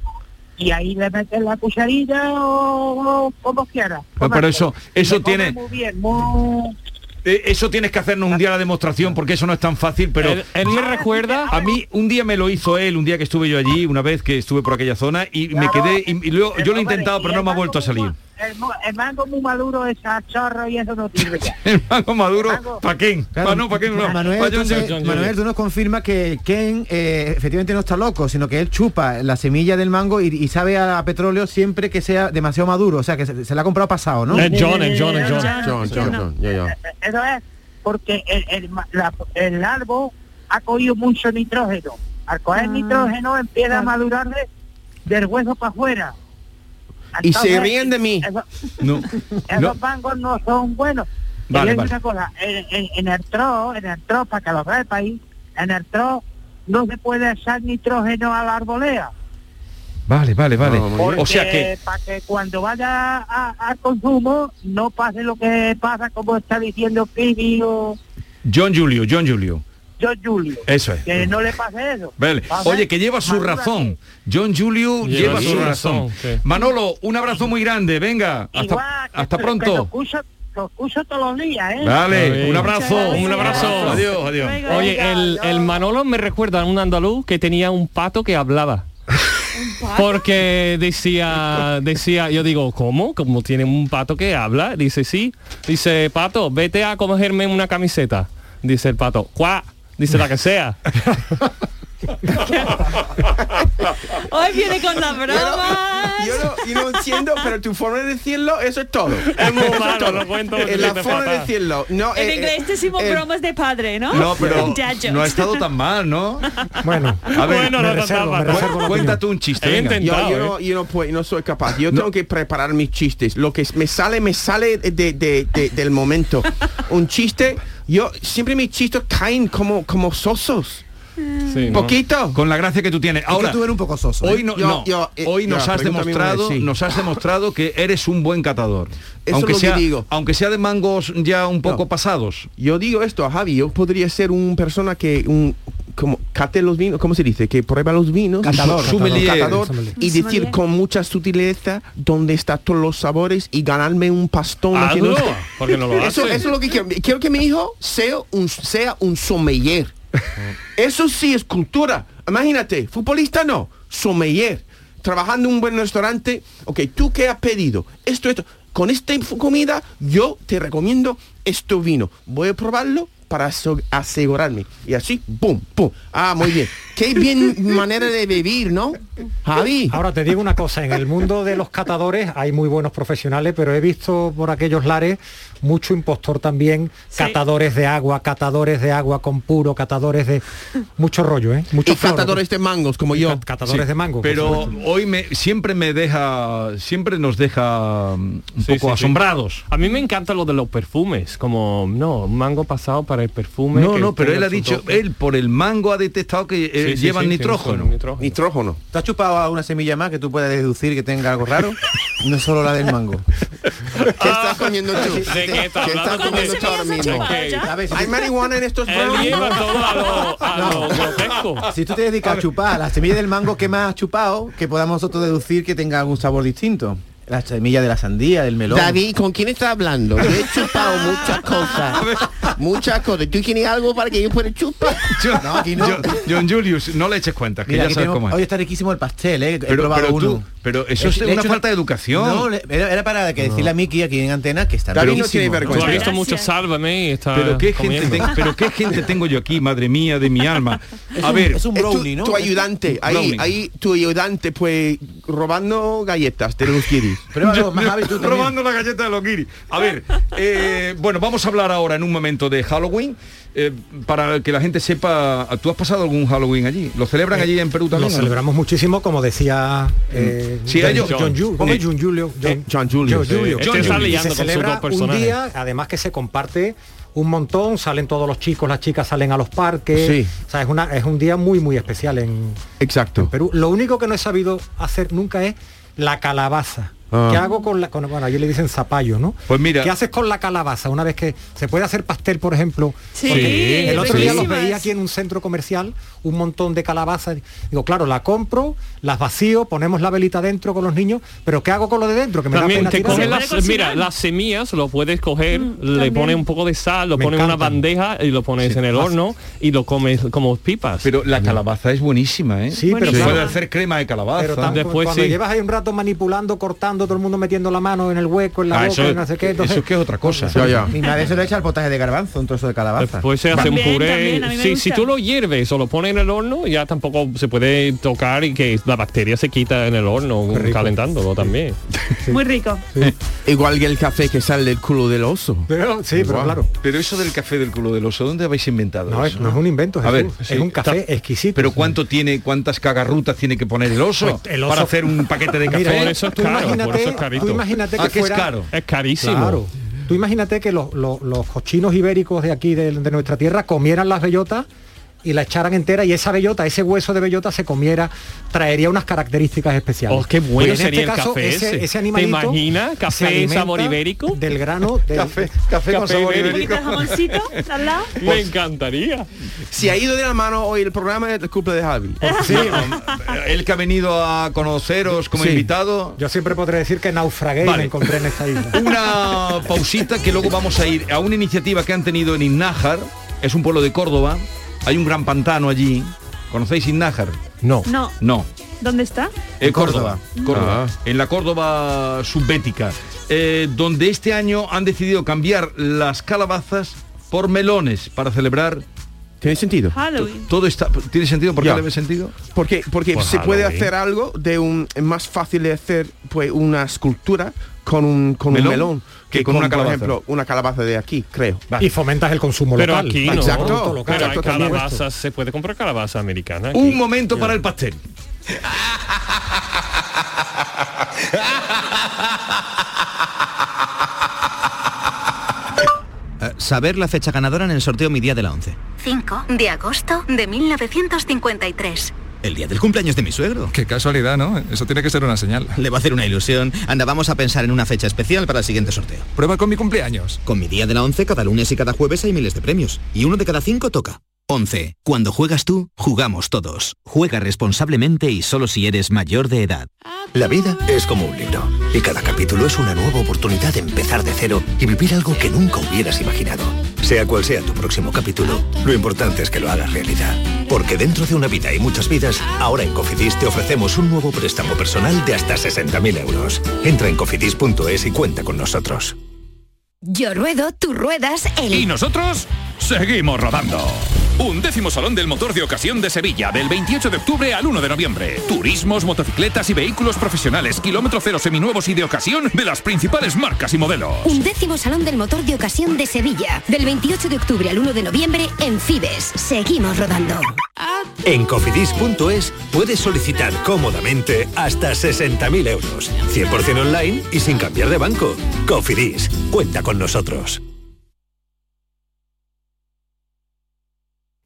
J: Y ahí le metes la cucharilla o, o como quieras.
E: No, pero eso, eso
J: Se come
E: tiene,
J: Muy bien, muy...
E: eh, eso tienes que hacernos un día la demostración porque eso no es tan fácil, pero Ah,
D: Él- él me recuerda-
E: A mí un día me lo hizo él, un día que estuve yo allí, una vez que estuve por aquella zona y me quedé y, y luego yo lo he intentado, pero no me ha vuelto a salir. [LAUGHS]
J: El, mo- el mango muy maduro es a chorro y eso no sirve ya.
E: El mango maduro, ¿para quién? Pa' no, pa' quién, no.
H: Manuel,
E: Pa' John
H: entonces,
E: John John
H: Manuel,
E: John.
H: tú nos confirmas que Ken eh, efectivamente no está loco, sino que él chupa la semilla del mango y, y sabe a, petróleo siempre que sea demasiado maduro, o sea, que se, se la ha comprado pasado, ¿no?
D: Es John, es John, es John.
G: John, John, John, ya, ya.
J: Eso es porque el, el, ma- la- el árbol ha cogido mucho nitrógeno. Al coger
F: Ah,
J: nitrógeno empieza a
F: claro.
J: madurarse del hueso para afuera.
G: Y se
J: Entonces,
G: ríen de mí.
J: eso-
E: No,
J: [LAUGHS] esos
E: no.
J: mangos no son buenos. Y
E: Vale,
J: yo digo
E: vale.
J: una cosa, en, en- en el tro, en el tro, para que lo sepa ahí, en el tro no se puede echar nitrógeno a la arbolea.
E: Vale, vale, vale.
G: No, muy bien.
E: Oh, o sea que
J: para que cuando vaya a- al consumo no pase lo que pasa como está diciendo Kimi o
E: John Julio, John Julio.
J: John Julio.
E: Eso es.
J: Que no le pase eso.
E: Vale.
J: Vamos,
E: Oye, que lleva su
J: madura
E: razón. John Julio lleva,
D: Lleva
E: su
D: su
E: razón.
D: razón, sí.
E: Manolo, un abrazo muy grande. Venga,
J: Igual,
E: hasta,
J: que-
E: hasta
J: que Lo
E: pronto.
J: escucho, lo escucho todos los días, ¿eh?
E: Vale,
D: Bien.
E: un abrazo,
F: Muchas
E: un
F: gracias.
E: abrazo. Adiós, adiós.
F: Venga,
D: Oye, el, el Manolo me recuerda a un andaluz que tenía un pato que hablaba. Porque decía, decía, yo digo, ¿cómo? Como tiene un pato que habla, dice sí. Dice, pato, vete a cogerme una camiseta. Dice el pato, ¡cuá! Dice la que sea.
F: Hoy viene con las bromas.
G: Yo no, yo no entiendo, pero tu forma de decirlo, eso es todo.
D: Es muy
G: Eso
D: malo,
G: todo.
D: lo cuento,
G: Eh,
D: lo
G: La
D: cuento
G: forma de
D: fatal.
G: decirlo. No,
F: En
G: eh,
F: inglés decimos
G: eh,
F: bromas de padre, ¿no?
E: No,
F: [LAUGHS]
E: pero
F: Dad jokes.
E: no ha estado tan mal, ¿no?
I: Bueno,
E: A ver,
D: Bueno,
I: me
D: no, no,
I: reservo,
D: no,
I: me
D: no.
I: reservo la
E: cuéntate
I: opinión.
E: un chiste.
D: He
E: venga.
D: intentado.
G: Yo, yo
D: eh.
G: no, yo no puedo, no soy capaz. Yo tengo que preparar mis chistes. Lo que me sale, me sale de- de- de- del momento. Un chiste, yo siempre mis chistes caen como, como sosos.
D: Sí, ¿no?
G: Poquito.
E: Con la gracia que tú tienes.
H: Ahora,
E: Ahora,
H: tú eres un poco soso. ¿eh?
E: hoy, no,
G: Yo-
E: no,
G: yo, eh,
E: hoy
G: yo,
E: nos has
G: pregúntame
E: demostrado,
G: una vez, sí.
E: nos has demostrado que eres un buen catador.
G: Eso
E: aunque
G: es lo que
E: sea,
G: digo.
E: aunque sea de mangos ya un poco pasados.
G: Yo digo esto a Javi, yo podría ser una persona que un como cate los vinos, ¿cómo se dice? Que prueba los vinos,
E: Catador,
G: Su-
E: sommelier.
G: catador,
I: Sommelier.
G: y
F: Sommelier.
G: decir con mucha sutileza dónde están todos los sabores y ganarme un pastón.
D: Hazlo,
G: haciendo-
D: porque no lo
G: eso,
D: hace.
G: eso es lo que quiero. Quiero que mi hijo sea un sea un sommelier. Eso sí es cultura. Imagínate, futbolista no, sommelier. Trabajando en un buen restaurante, ok, ¿tú qué has pedido? Esto, esto. Con esta inf- comida yo te recomiendo esto vino. Voy a probarlo para aso- asegurarme. Y así, ¡pum, pum! Ah, muy bien. Qué bien manera de vivir, ¿no? Javi.
I: Ahora te digo una cosa, en el mundo de los catadores hay muy buenos profesionales, pero he visto por aquellos lares mucho impostor también, catadores de agua, catadores de agua con puro, catadores de mucho rollo, ¿eh?
G: Y
I: Muchos floros,
G: catadores de mangos como yo.
I: catadores
E: Sí,
I: de mango. por
E: Pero
I: supuesto.
E: hoy me, siempre me deja, siempre nos deja mm, un
D: Sí,
E: poco
D: sí, sí.
E: asombrados.
D: A mí me encanta lo de los perfumes, como no, mango pasado para el perfume.
E: No,
D: que
E: no, pero
D: tenga
E: él ha
D: su
E: dicho, eh,
D: toque.
E: él por el mango ha detectado que
D: Sí,
E: eh,
D: sí,
E: llevan
D: sí, sí,
E: nitrógeno.
D: sí, nitrógeno.
G: Nitrógeno.
H: ¿Te has chupado alguna semilla más que tú puedas deducir que tenga algo raro?
E: [LAUGHS]
H: no solo la del mango.
G: ¿Qué estás comiendo tú?
D: ¿De qué está
G: ¿Qué estás
D: hablando?
G: comiendo
F: ¿Cuántas
G: tú ahora
F: semillas has
G: mismo?
F: chupado?
D: Ok.
H: A ver, si,
G: ¿Hay marihuana en estos
D: Él
G: brownies?
D: lleva todo a lo, a lo grotesco.
H: si tú te dedicas a chupar la semilla del mango, ¿qué más has chupado que podamos nosotros deducir que tenga algún sabor distinto? La semilla de la sandía, del melón.
G: David, ¿con quién está hablando? Yo [LAUGHS] he chupado muchas cosas. Muchas cosas. ¿Tú tienes algo para que [LAUGHS] yo pueda chupar?
E: Yo-
H: No, aquí no.
E: yo- John Julius, no le eches cuenta, que
H: Mira,
E: ya
H: aquí
E: sabes
H: tenemos-
E: cómo es.
H: Hoy está riquísimo el pastel, ¿eh? He
E: Pero-
H: probado
E: pero tú-
H: uno.
E: pero eso es
H: le he
E: una
H: hecho-
E: falta de educación.
H: No, le- era, era para que decirle a Miki aquí en antena que está
G: David no
H: riquísimo.
G: tiene vergüenza.
D: Tú has visto
F: Gracias.
D: mucho Sálvame y está
E: Pero qué, gente
D: comiendo.
E: ten- pero qué gente tengo yo aquí, madre mía, de mi alma.
H: [LAUGHS] Es
E: A
H: un-
E: ver,
H: es un
G: Es tu-
H: brownie, ¿no?
G: Tu ayudante, ahí,
E: Brownie.
G: ahí, tu ayudante, pues, robando galletas de los kiddies.
H: Pruébalo,
E: Yo-
H: más, Javi, tú también.
E: robando la galleta de los guiris. A ver, eh, bueno, vamos a hablar ahora en un momento de Halloween. eh, para que la gente sepa, ¿tú has pasado algún Halloween allí? ¿Lo celebran
H: Eh,
E: allí en Perú
I: lo
E: también? o no?
I: celebramos muchísimo, como decía eh,
E: Sí,
I: John,
E: ellos-
I: John Ju- ¿cómo es John Julio?
G: John Julio, sí.
I: John Julio.
D: Este
I: John
D: está
I: Julio.
D: liando
I: Y se
D: con sus
I: celebra
D: dos personajes.
I: un día, además que se comparte un montón, salen todos los chicos, las chicas salen a los parques.
K: Sí.
I: O sea, es, una, es un día muy, muy especial en,
K: Exacto.
I: en Perú. Lo único que no he sabido hacer nunca es la calabaza.
K: Ah.
I: ¿Qué hago con la con, bueno, ellos le dicen zapallo, ¿no?
E: Pues mira.
I: ¿Qué haces con la calabaza? Una vez que se puede hacer pastel, por ejemplo.
K: Sí,
I: Porque El otro día los
K: riquísimas.
I: veía aquí en un centro comercial, un montón de calabazas. Digo, claro, la compro, las vacío, ponemos la velita dentro con los niños, pero ¿qué hago con lo de dentro? Que me da
D: También
I: pena
D: te
I: tirarlo.
D: coges las, mira, las semillas, lo puedes coger, le
I: también.
D: pones un poco de sal, lo
I: Me
D: pones en una
I: encantan.
D: bandeja y lo pones
E: Sí.
D: en el
E: Las-
D: horno y lo comes como pipas.
E: Pero la calabaza es buenísima, ¿eh?
I: Sí, pero
E: se
I: claro.
E: puede hacer crema de calabaza.
I: Pero tan- cuando llevas ahí un rato manipulando, cortando, todo el mundo metiendo la mano en el hueco, en la
E: Ah,
I: boca,
E: eso-
I: y no sé qué.
E: eso es que es otra cosa.
I: Ya, ya.
H: Mi madre se lo echa al potaje de garbanzo, un trozo de calabaza.
D: Pues se hace un puré. Sí, si
H: gusta.
D: tú lo hierves o lo pones en el horno, ya tampoco se puede tocar y que la bacteria se quita en el horno calentándolo también.
F: Muy rico.
G: Igual que el café que sale del culo del oso.
I: Pero, sí, pero
E: Guau.
I: claro.
E: Pero eso del café del culo del oso, ¿dónde habéis inventado
I: No,
E: eso?
I: es- no es un invento,
E: A ver,
I: Jesús. es un café
E: está-
I: exquisito.
E: Pero ¿cuánto tiene, cuántas cagarrutas tiene que poner el oso,
I: Pues el oso-
E: para hacer un paquete de café?
I: Mira, tú imagínate- Tú imagínate que,
E: Ah, que
I: fuera-
E: es caro.
I: Claro. Tú imagínate que los, los- los cochinos ibéricos de aquí, de, de nuestra tierra, comieran las bellotas y la echaran entera y esa bellota, ese hueso de bellota se comiera, traería unas características especiales.
D: Oh, qué
I: Pero
D: bueno
I: en
D: sería
I: este
D: el
I: caso,
D: café ese.
I: ese.
D: ¿Te
I: animalito
D: imaginas?
I: se
D: Café
I: alimenta
D: sabor ibérico.
I: Del grano. del-
D: Café- café con Café sabor ibérico. ibérico.
G: [LAUGHS]
F: Un jamoncito
D: [LAUGHS]
F: al lado.
D: Me encantaría.
G: Pues, Si ha ido de la mano hoy el programa, es la culpa de Javi.
F: Ah,
E: Sí, el que ha venido a conoceros como
I: Sí.
E: invitado.
I: Yo siempre podré decir que naufragué y
E: Vale.
I: me encontré en esta
D: [LAUGHS]
I: isla.
E: Una pausita que luego vamos a ir a una iniciativa que han tenido en Innájar. Es un pueblo de Córdoba. Hay un gran pantano allí. ¿Conocéis Innájar?
D: No.
F: No.
E: No.
F: ¿Dónde está?
E: En Córdoba. Córdoba. En la Córdoba subbética. eh, donde este año han decidido cambiar las calabazas por melones para celebrar.
G: ¿Tiene sentido?
F: Halloween.
E: Todo está. ¿Tiene sentido? ¿Por qué
G: Ya.
E: le ve sentido?
G: Porque, porque
E: Pues
G: se puede
E: Halloween.
G: hacer algo de un es más fácil de hacer pues una escultura con un con
E: Melón,
G: un melón
E: que con una
G: por
E: calabaza.
G: ejemplo una calabaza de aquí creo
I: Y fomentas el consumo
D: Pero
I: local.
D: aquí no.
G: Exacto,
D: Pero hay
G: exacto, también.
D: calabazas, se puede comprar calabaza americana. aquí.
E: Un momento para el pastel.
L: Eh, Saber la fecha ganadora en el sorteo Mi Día de la 11.
C: 5 de agosto de 1953.
L: El día del cumpleaños de mi suegro. Qué casualidad, ¿no? Eso tiene que ser una señal. Le va a hacer una ilusión. Anda, vamos a pensar en una fecha especial para el siguiente sorteo. Prueba con mi cumpleaños. Con mi día de la 11, cada lunes y cada jueves hay miles de premios. Y uno de cada cinco toca. 11. Cuando juegas tú, jugamos todos. Juega responsablemente y solo si eres mayor de edad.
A: La vida es como un libro y cada capítulo es una nueva oportunidad de empezar de cero y vivir algo que nunca hubieras imaginado. Sea cual sea tu próximo capítulo, lo importante es que lo hagas realidad. Porque dentro de una vida y muchas vidas, ahora en Cofidis te ofrecemos un nuevo préstamo personal de hasta 60.000 euros. Entra en cofidis.es y cuenta con nosotros.
M: Yo ruedo, tú ruedas, él.
N: Y nosotros seguimos rodando. Undécimo Salón del Motor de Ocasión de Sevilla, del 28 de octubre al 1 de noviembre. Turismos, motocicletas y vehículos profesionales, kilómetro cero seminuevos y de ocasión de las principales marcas y modelos.
M: Undécimo Salón del Motor de Ocasión de Sevilla, del 28 de octubre al 1 de noviembre en Fibes. Seguimos rodando.
A: En cofidis.es puedes solicitar cómodamente hasta 60.000 euros, 100% online y sin cambiar de banco. Cofidis, cuenta con nosotros.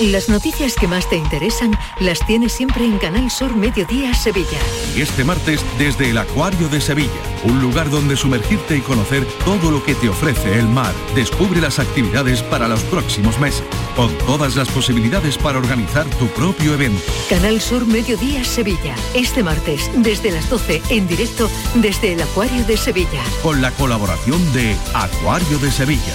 C: Las noticias que más te interesan las tienes siempre en Canal Sur Mediodía Sevilla.
O: Y este martes desde el Acuario de Sevilla, un lugar donde sumergirte y conocer todo lo que te ofrece el mar. Descubre las actividades para los próximos meses, con todas las posibilidades para organizar tu propio evento.
C: Canal Sur Mediodía Sevilla. Este martes, desde las 12, en directo desde el Acuario de Sevilla.
O: con la colaboración de Acuario de Sevilla.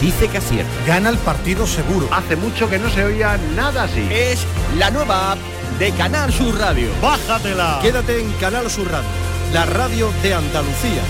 P: dice que acierta. Gana el partido seguro. Hace mucho que no se oía nada así.
K: Es la nueva app de Canal Sur Radio. Bájatela.
Q: Quédate en Canal Sur Radio, la radio de Andalucía.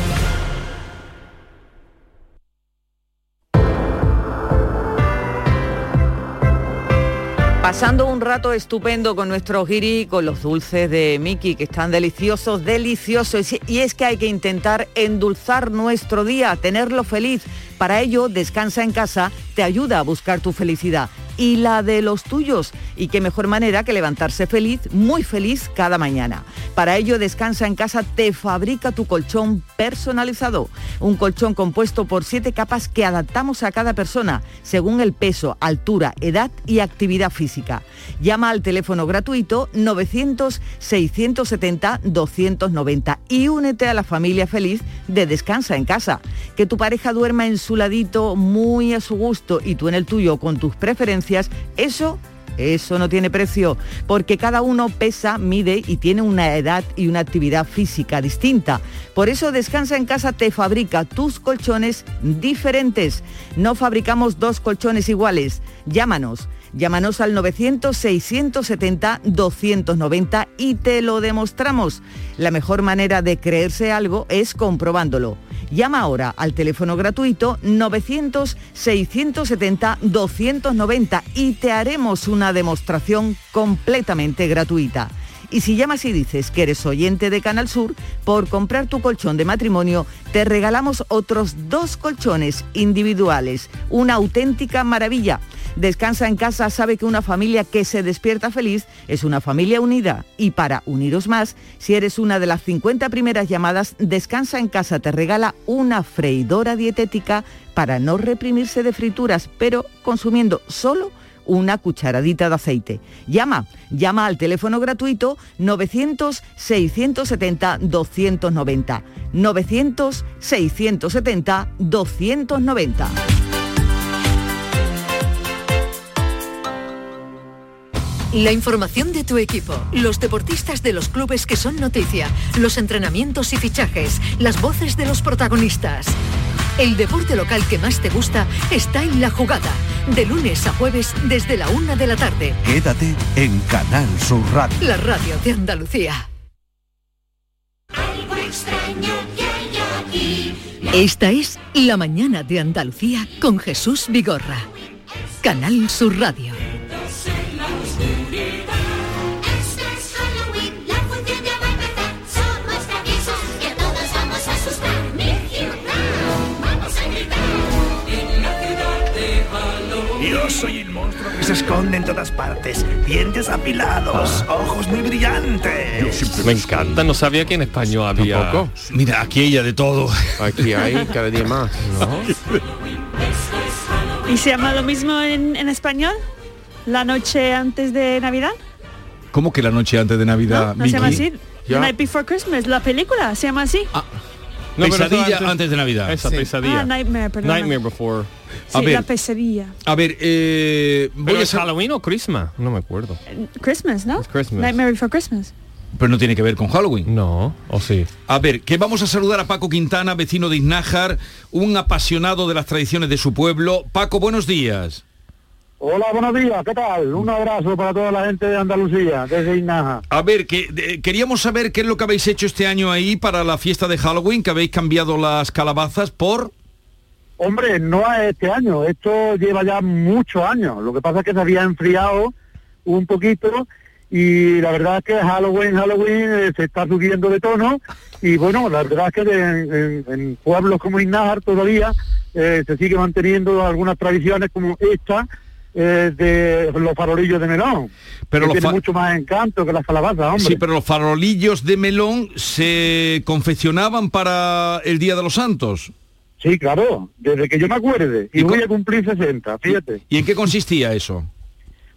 R: Pasando un rato estupendo con nuestro giri, con los dulces de Miki, que están deliciosos, deliciosos. Y es que hay que intentar endulzar nuestro día, tenerlo feliz. Para ello, Descansa en casa te ayuda a buscar tu felicidad y la de los tuyos. Y qué mejor manera que levantarse feliz, muy feliz cada mañana. Para ello, Descansa en casa te fabrica tu colchón personalizado. Un colchón compuesto por siete capas que adaptamos a cada persona según el peso, altura, edad y actividad física. Llama al teléfono gratuito 900-670-290 y únete a la familia feliz de Descansa en casa. Que tu pareja duerma en su ladito muy a su gusto y tú en el tuyo con tus preferencias, eso... Eso no tiene precio, porque cada uno pesa, mide y tiene una edad y una actividad física distinta. Por eso Descansa en casa te fabrica tus colchones diferentes. No fabricamos dos colchones iguales. Llámanos. Llámanos al 900-670-290 y te lo demostramos. La mejor manera de creerse algo es comprobándolo. Llama ahora al teléfono gratuito 900-670-290 y te haremos una demostración completamente gratuita. Y si llamas y dices que eres oyente de Canal Sur, por comprar tu colchón de matrimonio te regalamos otros dos colchones individuales. Una auténtica maravilla. Descansa en casa sabe que una familia que se despierta feliz es una familia unida. Y para uniros más, si eres una de las 50 primeras llamadas, Descansa en casa te regala una freidora dietética para no reprimirse de frituras, pero consumiendo solo una cucharadita de aceite. Llama, llama al teléfono gratuito 900-670-290. 900-670-290.
C: La información de tu equipo, los deportistas de los clubes que son noticia, los entrenamientos y fichajes, las voces de los protagonistas. El deporte local que más te gusta está en la jugada, de lunes a jueves desde la una de la tarde.
O: Quédate en Canal Sur Radio.
C: La radio de Andalucía. Esta es La Mañana de Andalucía con Jesús Vigorra. Canal Sur Radio.
S: Yo soy el monstruo que se esconde en todas partes. Dientes apilados, ojos muy brillantes.
D: Me encanta, no sabía que en español había.
S: Tampoco.
E: Mira, aquí ella de todo.
G: Aquí hay cada día más,
D: [LAUGHS]
F: ¿Y se llama lo mismo en, en español? ¿La noche antes de Navidad?
E: ¿Cómo que la noche antes de Navidad,
F: ¿No se llama
E: Miki?
F: así? The Night Before Christmas, la película, ¿se llama así?
E: Ah,
D: No, pero eso
E: pesadilla
D: antes-
E: antes, de Navidad.
D: Esa Sí. pesadilla.
F: Ah, Nightmare, perdona.
D: Nightmare Before.
F: Sí, la pesadilla.
E: A ver, eh,
D: voy a Halloween o Christmas? No me acuerdo.
F: Christmas, ¿no?
D: Christmas.
F: Nightmare Before Christmas.
E: Pero no tiene que ver con Halloween.
D: No, o sí.
E: A ver, que vamos a saludar a Paco Quintana, vecino de Iznájar, un apasionado de las tradiciones de su pueblo. Paco, buenos días.
T: Hola, buenos días, ¿qué tal? Un abrazo para toda la gente de Andalucía, desde Inaja.
E: A ver, que de- queríamos saber qué es lo que habéis hecho este año ahí para la fiesta de Halloween, que habéis cambiado las calabazas por...
T: Hombre, no a este año, esto lleva ya muchos años, lo que pasa es que se había enfriado un poquito y la verdad es que Halloween, Halloween eh, se está subiendo de tono y bueno, la verdad es que de- en, en pueblos como Inajar todavía eh, se sigue manteniendo algunas tradiciones como esta eh, de los farolillos de melón,
E: Pero
T: que
E: los
T: tiene
E: fa-
T: mucho más encanto que las calabazas, hombre.
E: Sí, pero los farolillos de melón se confeccionaban para el Día de los Santos.
T: Sí, claro, desde que yo me acuerde. Y, voy a cumplir 60, fíjate.
E: ¿Y en qué consistía eso?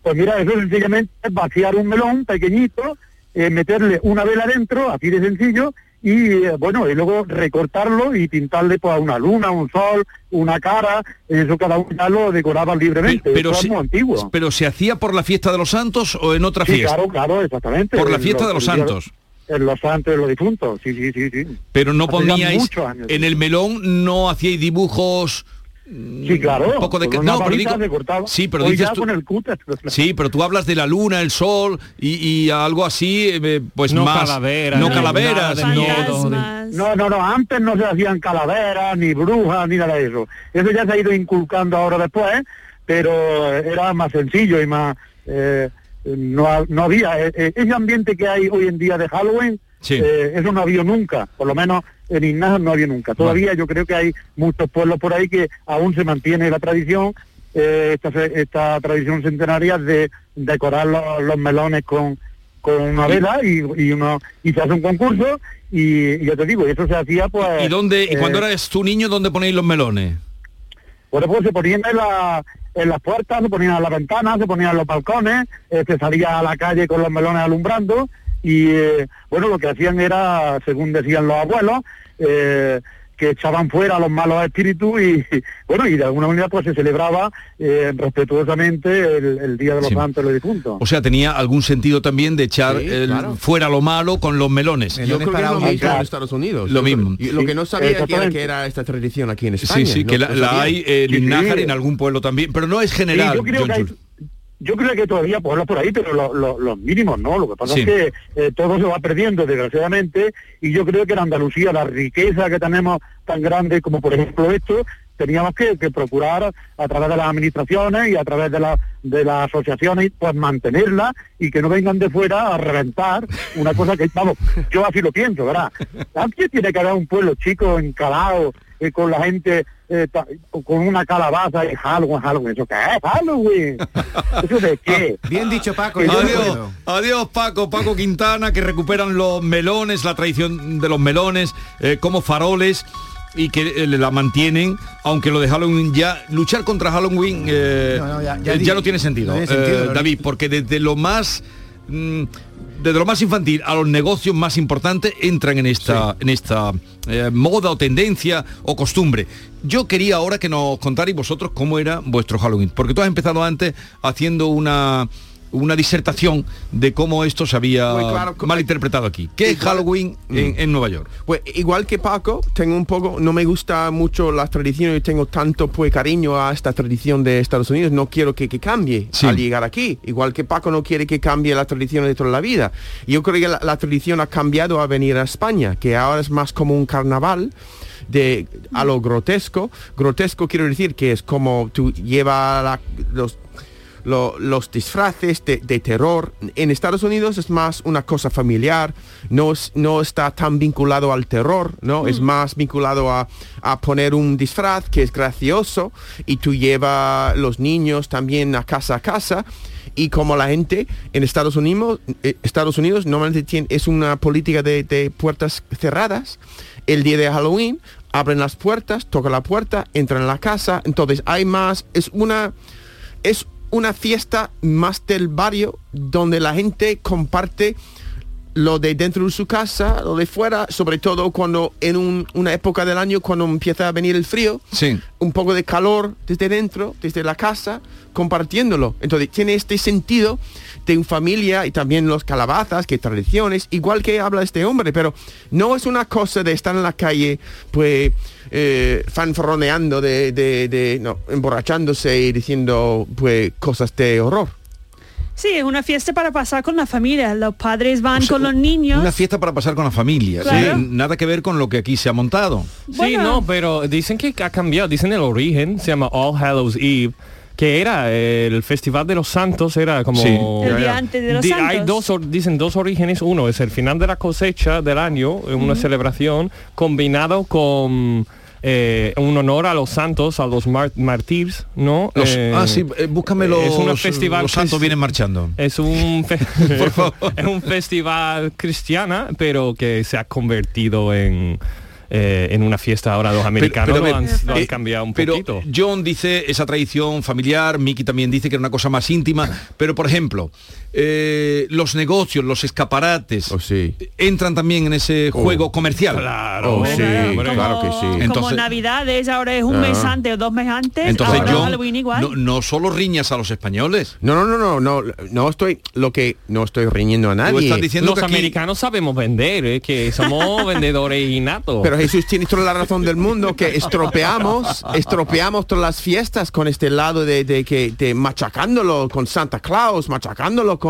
T: Pues mira, eso sencillamente es vaciar un melón pequeñito eh, meterle una vela dentro, así de sencillo, y eh, bueno, y luego recortarlo y pintarle pues, a una luna, un sol, una cara, eso cada uno ya lo decoraba libremente,
E: Pero
T: eso
E: se,
T: es muy antiguo.
E: pero se hacía por la fiesta de los santos o en otra
T: Sí,
E: fiesta.
T: claro, claro, exactamente.
E: Por la
T: En
E: fiesta de los
T: en
E: santos.
T: En los santos, en los difuntos, sí, sí, sí. sí.
E: Pero no
T: Hace ya
E: poníais
T: muchos años.
E: en el melón no hacíais dibujos.
T: Sí, claro.
E: Un poco de
T: con
E: ca-
T: una
E: no, pero
T: varita
E: digo-
T: se cortaba.
E: sí, pero
T: Hoy
E: dices
T: ya
E: tú-
T: con el cúter.
E: Sí, pero tú hablas de la luna, el sol y, y algo así, eh, pues
T: No
E: más
T: calaveras,
E: no
T: ni
E: calaveras,
T: nada, ni
E: no,
T: No, no, no, antes no se hacían calaveras, ni brujas, ni nada de eso. Eso ya se ha ido inculcando ahora después, pero eh, era más sencillo y más... eh, no, ha- no había... eh, eh, ese ambiente que hay hoy en día de Halloween,
E: Sí.
T: eh, eso no había nunca, por lo menos en Ignacio no había nunca. Todavía yo creo que hay muchos pueblos por ahí que aún se mantiene la tradición, eh, esta, fe- esta tradición centenaria de decorar los, los melones con, con una vela y, y uno y se hace un concurso y, y ya te digo, eso se hacía pues...
E: ¿Y dónde? ¿Y
T: eh,
E: cuando eras tú niño dónde ponéis los melones?
T: Bueno, pues se ponían en, la- en las puertas, se ponían en las ventanas, se ponían en los balcones, eh, se salía a la calle con los melones alumbrando y eh, bueno, lo que hacían era, según decían los abuelos, eh, que echaban fuera a los malos espíritus y [LAUGHS] bueno, y de alguna manera pues se celebraba eh, respetuosamente el, el Día de los
E: Sí.
T: Santos y los Difuntos.
E: O sea, tenía algún sentido también de echar
T: Sí,
E: el-
T: claro.
E: fuera lo malo con los melones.
G: Yo creo que es lo mismo Eh, en Estados Unidos.
E: Lo
G: Yo creo-
E: mismo.
G: y Lo que no
T: Eh,
G: sabía que era,
T: exactamente.
G: que era esta tradición aquí en
E: Sí,
G: España.
E: sí,
G: no-
E: que la,
G: no
E: la
G: sabía.
E: hay en Nájar, en algún pueblo también, pero no es general.
T: Sí, yo, creo
E: Ah, John
T: que hay- [LAUGHS]
E: Jules.
T: yo creo que todavía pueblos por ahí, pero lo- lo- los mínimos no. Lo que pasa
E: Sí.
T: es que eh, todo se va perdiendo, desgraciadamente, y yo creo que en Andalucía la riqueza que tenemos tan grande como por ejemplo esto, teníamos que, que procurar a través de las administraciones y a través de, la- de las asociaciones, pues mantenerla y que no vengan de fuera a reventar una cosa que, vamos, yo así lo pienso, ¿verdad? También tiene que haber un pueblo chico, encalado, eh, con la gente eh, ta- con una calabaza y Halloween, Halloween, ¿eso qué es? Halloween. ¿Eso de qué?
U: Bien dicho, Paco.
E: Adiós, adiós, Paco, Paco Quintana, que recuperan los melones, la tradición de los melones eh, como faroles y que eh, la mantienen, aunque lo de Halloween ya, luchar contra Halloween eh,
A: No, no, ya- ya
E: eh,
A: di-
E: no tiene sentido,
A: no tiene sentido,
E: eh,
A: lo-
E: David, porque desde lo más... mm, desde lo más infantil a los negocios más importantes entran en esta, en esta eh, moda o tendencia o costumbre. Yo quería ahora que nos contarais vosotros cómo era vuestro Halloween, porque tú has empezado antes haciendo una, una disertación de cómo esto se había
G: Muy claro,
E: malinterpretado aquí. ¿Qué es Halloween
D: Mm.
E: en, en Nueva York?
G: Pues igual que Paco, tengo un poco, no me gusta mucho las tradiciones, tengo tanto pues cariño a esta tradición de Estados Unidos, no quiero que, que cambie al llegar aquí. Igual que Paco no quiere que cambie la tradición de toda la vida. Yo creo que la, la tradición ha cambiado a venir a España, que ahora es más como un carnaval de a lo grotesco. Grotesco quiero decir que es como tú llevas la- los lo- los disfraces de, de terror. En Estados Unidos es más una cosa familiar, no, es- no está tan vinculado al terror, ¿no? Es más vinculado a, a poner un disfraz que es gracioso y tú llevas los niños también a casa a casa. Y como la gente en Estados Unidos, eh, Estados Unidos normalmente tiene, es una política de, de puertas cerradas, el día de Halloween abren las puertas, tocan la puerta, entran en la casa, entonces hay más, es una es una fiesta más del barrio donde la gente comparte lo de dentro de su casa, lo de fuera, sobre todo cuando en un- una época del año cuando empieza a venir el frío,
E: Sí.
G: un poco de calor desde dentro, desde la casa, compartiéndolo. Entonces tiene este sentido de un familia y también los calabazas, que tradiciones, igual que habla este hombre, pero no es una cosa de estar en la calle, pues eh, fanfarroneando, de, de- de- no, emborrachándose y diciendo pues cosas de horror.
F: Sí, es una fiesta para pasar con la familia. Los padres van con los niños.
E: Pues, Una fiesta para pasar con la familia, ¿sí?
F: Claro.
E: nada que ver con lo que aquí se ha montado.
D: Sí, no, pero dicen que ha cambiado, dicen el origen, se llama All Hallows Eve, que era eh, el Festival de los Santos, era como...
E: Sí. El día antes de los
D: Di-
E: santos.
D: Hay dos, or- dicen dos orígenes, uno es el final de la cosecha del año, eh, una
E: Ujú.
D: celebración combinado con... eh, un honor a los santos, a los mar- mártires, ¿no?
E: Los-
D: Eh,
E: ah, sí, eh, búscame los,
D: es un festival
E: los santos
D: crist-
E: vienen marchando.
D: es un,
E: [LAUGHS]
D: fe- es un festival cristiana, pero que se ha convertido en eh, en una fiesta ahora los americanos
E: pero a
D: lo han,
E: ver,
D: lo han
E: eh,
D: cambiado un
E: pero
D: poquito.
E: John dice esa tradición familiar, Mickey también dice que era una cosa más íntima, pero por ejemplo, eh, los negocios, los escaparates,
G: Oh,
E: entran también en ese juego comercial.
G: Claro, Oh, sí, hombre. claro que sí.
F: Como
E: Entonces,
F: Navidades ahora es un
E: Ah.
F: mes antes o dos meses antes,
E: entonces
F: ahora
E: John,
F: Halloween igual.
E: no, no solo riñas a los españoles.
G: No, no, no, no, no, no estoy lo que no estoy riñendo a nadie.
E: Tú estás diciendo
D: los americanos sabemos vender, eh, que
E: [LAUGHS]
D: somos vendedores innatos.
G: Pero Jesús tiene toda la razón del mundo que estropeamos, estropeamos todas las fiestas con este lado de, de que de machacándolo con Santa Claus, machacándolo con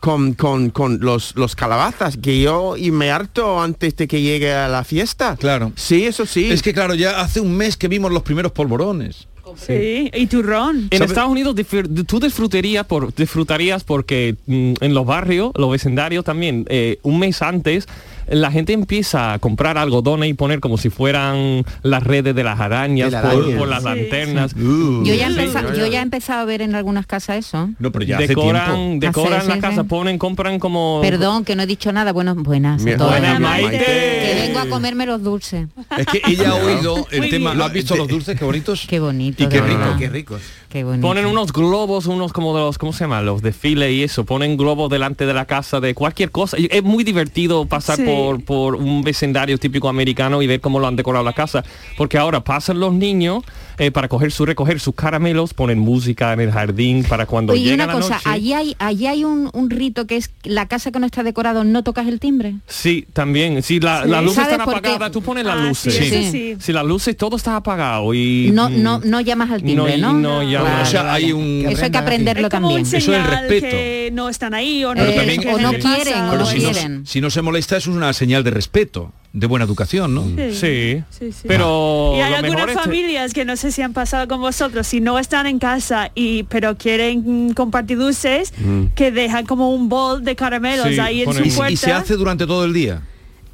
G: con, con, con los, los calabazas, que yo y me harto antes de que llegue a la fiesta.
E: Claro.
G: Sí, eso sí.
E: Es que claro, ya hace un mes que vimos los primeros polvorones.
F: Sí, y turrón.
D: En Estados Unidos difir- tú disfrutarías, por, disfrutarías porque mm, en los barrios, los vecindarios también, eh, un mes antes, la gente empieza a comprar algodones y poner como si fueran las redes de las arañas,
E: De la
D: por,
E: araña.
D: por las
E: Sí,
D: lanternas.
V: Yo ya, he
D: Sí.
V: empeza- yo ya he empezado a ver en algunas casas eso.
E: No, pero ya hace
D: decoran,
E: tiempo.
D: decoran
V: Hace-
D: la
V: Ah, sí,
D: casa,
V: sí.
D: ponen, compran como...
V: Perdón, que no he dicho nada. Buenas, buenas. a
D: Bien.
V: todos.
D: Buenas, Maite.
V: Que vengo a comerme los dulces.
E: Es que
G: Ah,
E: ella ha oído el tema. ¿Has visto los dulces? Qué bonitos.
V: Qué bonito.
D: Y qué
V: de
D: rico,
V: verdad.
D: qué
H: ricos.
V: [LAUGHS] Qué bonito.
D: Ponen unos globos, unos como de los, ¿cómo se llama? Los desfiles y eso. Ponen globos delante de la casa de cualquier cosa. Y Es muy divertido pasar
F: Sí.
D: por, por un vecindario típico americano y ver cómo lo han decorado la casa. Porque ahora pasan los niños eh, para coger su recoger sus caramelos, ponen música en el jardín para cuando
V: Oye, y
D: llega
V: una
D: la
V: cosa,
D: noche.
V: allí hay, allí hay un, un rito que es la casa que no está decorado, no tocas el timbre.
D: Sí, también. Si la,
V: Sí.
D: las luces
V: ¿Sabes
D: están
V: por qué?
D: apagadas, tú pones las
V: Ah, sí,
D: luces.
V: eso Sí. sí.
D: Si las luces, todo está apagado y...
V: No,
D: mm,
V: no, no llamas al timbre, ¿no?
D: no llamas.
E: o sea, hay un...
V: Eso hay que aprenderlo
F: Es como un
V: también.
E: Eso es el
F: señal
E: respeto.
F: que no están ahí o no,
E: Pero
F: quieren
E: también-
F: que
E: Eh, o no
F: se pasa,
V: quieren,
E: Pero si no,
V: quieren.
E: si no se molesta eso es una señal de respeto, de buena educación, ¿no?
D: Sí.
F: Sí, sí.
D: Pero
F: y hay
D: lo
F: algunas
D: mejor es-
F: familias que no sé si han pasado con vosotros, si no están en casa y pero quieren mm, compartir dulces,
E: Mm.
F: que dejan como un bol de caramelos
E: Sí,
F: ahí en
E: ponen-
F: su
E: y,
F: puerta.
E: y se hace durante todo el día.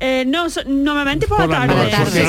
F: Eh, no, so- normalmente por, la tarde.
E: Porque-
F: Normalmente colegio.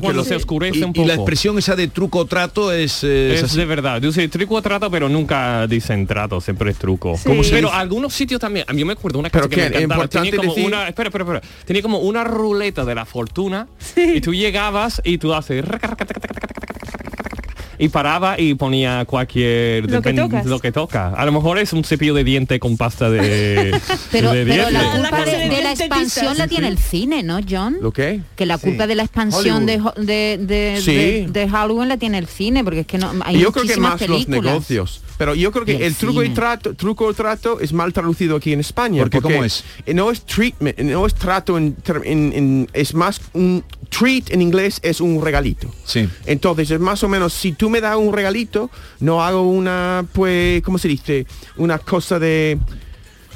E: Porque
D: cuando
E: lo-
D: se oscurece
E: y-
D: un
E: Y la
D: poco.
E: expresión esa de truco o trato es... eh,
D: Es
E: así.
D: de verdad. Yo sé truco o trato, pero nunca dicen trato, siempre es truco.
E: Sí. ¿Cómo se
D: pero
E: dice?
D: algunos sitios también. A mí me acuerdo una casa
E: Pero
D: que
E: qué,
D: me encantaba.
E: importante
D: Tenía como
E: decir-
D: una. Espera, espera, espera. Tenía como una ruleta de la fortuna. Y tú llegabas y tú haces. raca, raca, taca, taca, taca, taca, taca, taca, taca, taca, Y paraba y ponía cualquier
V: Lo que
D: depende-
V: tocas.
D: lo que toca. A lo mejor es un cepillo de diente con pasta de,
V: Pero,
D: de
V: pero la
D: dientes.
V: culpa de, de la expansión la tiene el cine, ¿no, John?
G: ¿Lo qué?
V: Que la culpa
G: Sí.
V: de la expansión de, Ho- de, de,
G: Sí.
V: de- de Halloween la tiene el cine, porque es que no hay
G: yo creo que
V: muchísimas
G: más
V: películas.
G: los negocios. Pero yo creo que
V: Y el
G: el, truco y
V: cine.
G: trato, truco o trato es mal traducido aquí en España.
E: ¿Por qué? ¿Cómo es?
G: eh, No es treatment, no es trato en, ter- en- en- es más un treat en inglés es un regalito.
E: Sí.
G: Entonces es más o menos si tú me das un regalito, no hago una pues ¿cómo se dice? Una cosa de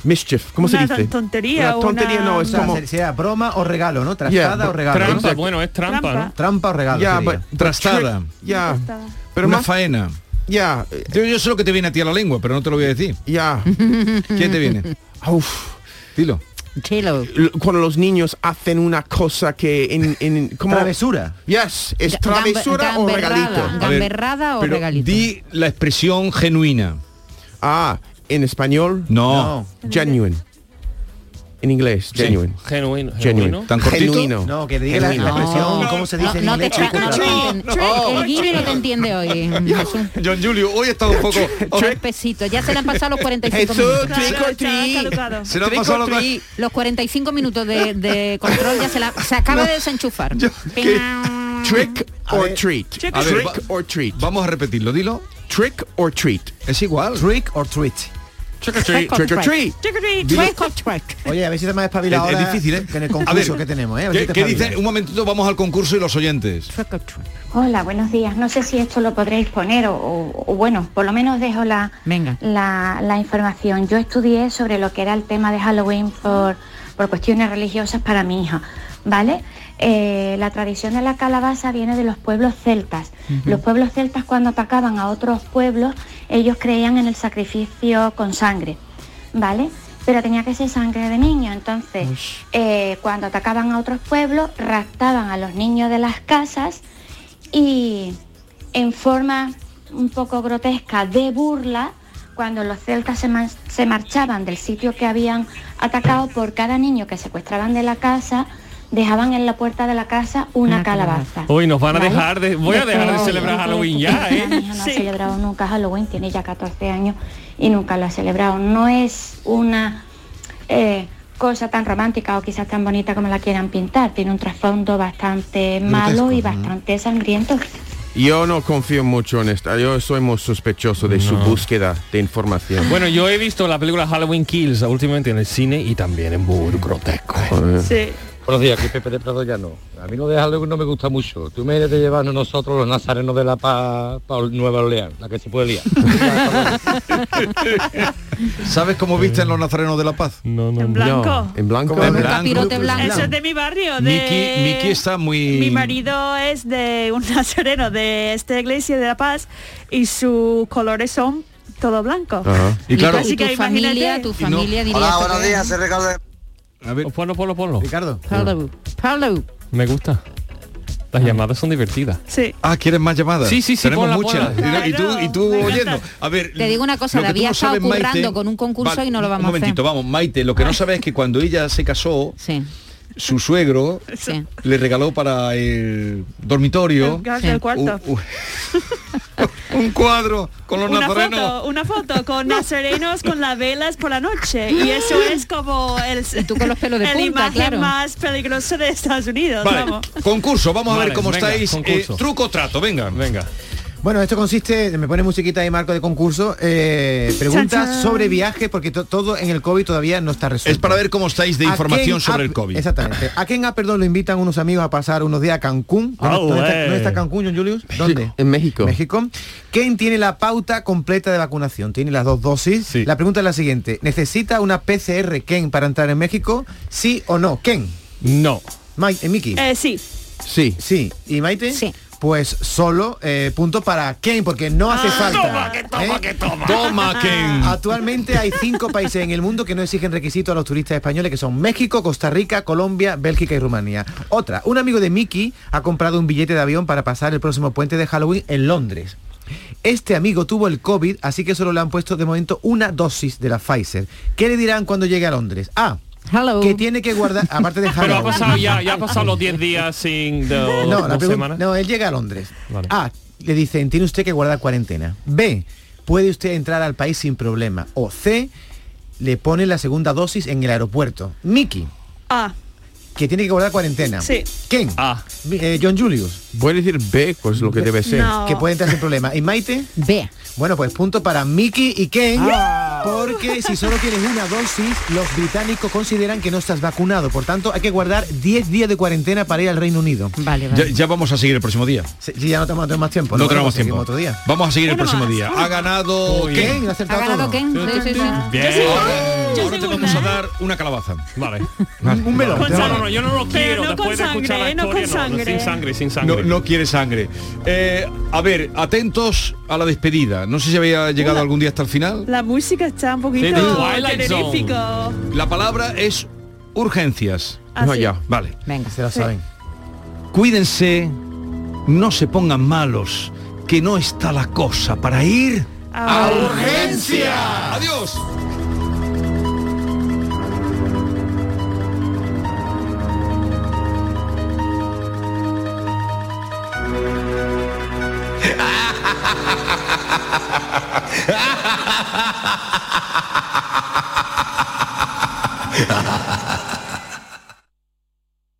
G: mischief, ¿cómo se
F: Una
G: dice?
F: tontería
G: Una
F: o
G: tontería
F: una-
G: no, es
F: O sea,
G: como
F: se-
H: Sea broma o regalo, ¿no? Trastada
G: Yeah,
H: o regalo.
G: trampa,
H: Exacto.
G: bueno, es trampa, Trampa. ¿no?
H: Trampa o regalo.
G: Yeah,
H: sería.
G: but- but
F: [LAUGHS]
G: Trastada. trick- yeah. Trastada. Pero
E: Una
G: más-
E: faena.
G: Ya.
E: Yo, yo sé lo que te viene a ti a la lengua, pero no te lo voy a decir.
G: Ya.
E: [LAUGHS] ¿Qué te viene?
G: [LAUGHS] Uf.
E: Dilo.
G: L- Cuando los niños hacen una cosa que en, en ¿cómo?
E: Travesura.
G: Yes, es
V: Ga-
G: travesura
V: gambe-
G: o regalito.
V: gamberrada, gamberrada o
G: pero
V: regalito.
E: Di la expresión genuina.
G: Ah, en español.
E: No.
G: Genuine. En inglés,
D: Sí.
G: genuine.
D: Genuino.
G: Genuine.
D: ¿Tan cortito?
G: Genuino.
H: No, que diga la- la
G: Genuino.
H: expresión,
V: No,
H: ¿cómo se dice en
V: no, no
H: inglés?
V: te está- no te
H: Chocolate.
V: entiende. el Guiri no te entiende hoy. Jesús.
E: John Julio, hoy está un poco...
V: Espesito, ya se le han pasado los 45
E: Jesús,
V: minutos.
E: trick or treat. Se le han pasado los-
V: Los 45 minutos de, de control ya se la
E: [LAUGHS]
V: se acaba de desenchufar.
G: Trick or treat.
V: Trick
E: A ver, va-
G: or treat. Trick or treat.
E: Vamos a repetirlo, dilo.
G: Trick or treat.
E: Es igual.
H: Trick or treat.
E: Trick
G: Trick or treat.
H: Dilo.
V: trick.
H: Oye, a ver si te me has espabilado
E: Es- es
H: ahora
E: difícil, ¿eh?
H: que en el
E: A ver,
H: concurso que tenemos, ¿eh? A ver
E: ¿Qué,
H: si te
E: qué
H: espabilas.
E: dice? Un momentito, vamos al concurso y los oyentes.
W: Hola, buenos días. No sé si esto lo podréis poner o, o- o bueno, por lo menos dejo la, la, la información. Yo estudié sobre lo que era el tema de Halloween por, por cuestiones religiosas para mi hija, ¿vale? Eh, la tradición de la calabaza viene de los pueblos celtas.
L: Ujú.
W: Los pueblos celtas cuando atacaban a otros pueblos, ellos creían en el sacrificio con sangre, ¿vale? Pero tenía que ser sangre de niño, entonces eh, cuando atacaban a otros pueblos, raptaban a los niños de las casas y en forma un poco grotesca de burla, cuando los celtas se, man- se marchaban del sitio que habían atacado, por cada niño que secuestraban de la casa, dejaban en la puerta de la casa una calabaza.
D: Hoy nos van a
W: ¿Vale?
D: dejar de. Voy a dejar de celebrar Halloween ya, ¿eh?
W: No, ha celebrado nunca Halloween, tiene ya 14 años y nunca lo ha celebrado. No es una eh, cosa tan romántica o quizás tan bonita como la quieran pintar. Tiene un trasfondo bastante malo y bastante sangriento.
X: Yo no confío mucho en esta. Yo soy muy sospechoso de su
D: No.
X: búsqueda de información.
D: Bueno, yo he visto la película Halloween Kills últimamente en el cine y también en Burro
F: Sí.
I: Buenos días, aquí Pepe de Prado Llano. A mí lo de Halloween no me gusta mucho. Tú me de llevarnos nosotros los nazarenos de la paz para Nueva Orleans, la que se puede liar.
J: ¿Sabes cómo visten los nazarenos de la paz?
D: No, no.
F: En blanco. No,
X: en blanco.
F: Con un capirote blanco. Eso es de mi barrio. De...
E: Miki- Miki está muy-
F: Mi marido es de un [LAUGHS] nazareno de esta iglesia de La Paz y sus colores son todo blanco.
E: Ajá. Y claro-
F: así
E: Y tu
F: que imagínate-
V: familia, tu familia diría que es-
D: A ver. Oh, Ponlo, ponlo, ponlo. Ricardo.
V: Pablo, Pablo.
D: Me gusta. Las llamadas son divertidas.
F: Sí.
J: Ah, ¿quieres más llamadas?
D: Sí, sí, sí,
J: Tenemos
D: ponla,
J: muchas.
D: ponla.
J: Y tú, y tú
D: Me encanta.
J: oyendo.
E: A ver,
V: Te digo una cosa,
E: lo que tú
V: David
E: no
V: ha estado
E: sabes, Maite-
V: currando con un concurso
E: Vale,
V: y no lo
E: Un
V: vamos a hacer.
E: momentito, vamos, Maite, lo que no sabes es que cuando ella se casó, su suegro
V: Sí.
E: le regaló para el dormitorio
F: El gas del cuarto.
E: u- u- un [LAUGHS] cuadro con los
F: una
E: nazarenos.
F: foto, una foto con nazarenos con las velas por la noche y eso es como
V: [LAUGHS]
F: el tú
V: con los pelos de punta,
F: imagen
V: claro.
F: más peligroso de Estados Unidos,
E: Vale,
F: vamos.
E: concurso, vamos a
J: Vale,
E: ver cómo
J: venga,
E: estáis. eh,
J: concurso.
E: truco o trato, venga.
D: Venga.
H: Bueno, esto consiste, me pone musiquita y marco de concurso, eh,
J: Chan,
H: preguntas
J: chan.
H: sobre viajes, porque to- todo en el COVID todavía no está resuelto.
E: Es para ver cómo estáis de
H: ¿A
E: información
H: quién
E: sobre
H: ha-
E: el COVID.
H: Exactamente. ¿A quién a perdón lo invitan unos amigos a pasar unos días a Cancún? ¿Dónde,
X: Ah,
H: dónde está,
X: güey.
H: dónde está Cancún, John Julius? ¿Dónde?
X: En México.
H: México. ¿Quién tiene la pauta completa de vacunación? ¿Tiene las dos dosis? La pregunta es la siguiente. ¿Necesita una PCR Ken para entrar en México? ¿Sí o no? ¿Ken?
D: No.
H: Mike, eh, Miki.
F: Eh, sí.
X: Sí.
H: Sí. ¿Y Maite? Sí. Pues solo eh, punto para Ken, porque no
F: Ah.
H: hace falta.
E: Toma, que toma, que toma. Toma, Ken.
H: Actualmente hay cinco países en el mundo que no exigen requisitos a los turistas españoles, que son México, Costa Rica, Colombia, Bélgica y Rumanía. Otra, un amigo de Mickey ha comprado un billete de avión para pasar el próximo puente de Halloween en Londres. Este amigo tuvo el COVID, así que solo le han puesto de momento una dosis de la Pfizer. ¿Qué le dirán cuando llegue a Londres? A. Que tiene que guardar, aparte de
D: Pero ha
H: Halloween.
D: pasado ya, ya ha pasado los 10 días sin de,
H: No, la
D: dos
H: pregun-
D: semanas.
H: no, él llega a Londres. A, le dicen, tiene usted que guardar cuarentena. B, puede usted entrar al país sin problema. O C, le pone la segunda dosis en el aeropuerto. Mickey,
F: Ah,
H: que tiene que guardar cuarentena.
F: Sí.
H: Ken. Eh, John Julius.
X: Voy a decir B, pues lo que debe ser.
F: No.
H: Que puede entrar sin problema. ¿Y Maite?
V: B.
H: Bueno, pues punto para Mickey y Ken.
F: Ah.
H: Porque si solo tienes una dosis, los británicos consideran que no estás vacunado. Por tanto, hay que guardar 10 días de cuarentena para ir al Reino Unido.
V: Vale,
E: Ya, ya vamos a seguir el próximo día.
H: Sí, sí, ya no tenemos, no tenemos más tiempo.
E: No
H: Lo
E: tenemos
H: vemos, seguimos
E: tiempo.
H: Otro día.
E: Vamos a seguir el próximo día. Ha ganado
H: Muy
E: Ken.
H: bien, lo ha acertado Ha ganado todo. Ken, sí, sí, sí.
E: Bien.
H: Yo soy una,
E: Ahora- Ahora te vamos
F: ¿eh?
E: a dar una calabaza.
D: Vale.
E: [LAUGHS] Un melón.
D: No, no, no, yo no lo quiero.
F: no
D: después
F: con
D: de escuchar la
F: sangre, eh, no con
D: historia, sin
F: sangre.
D: sangre, sin sangre.
E: No, no quiere sangre. Eh, a ver, atentos a la despedida. No sé si había llegado
F: Hola.
E: algún día hasta el final.
F: la música está un poquito
E: The Twilight
F: terrorífico.
E: La palabra es urgencias.
F: Ah, No, sí. ya.
E: Vale.
V: Venga.
H: Se lo saben.
E: Cuídense, no se pongan malos, que no está la cosa para ir
F: A
E: urgencia. Adiós.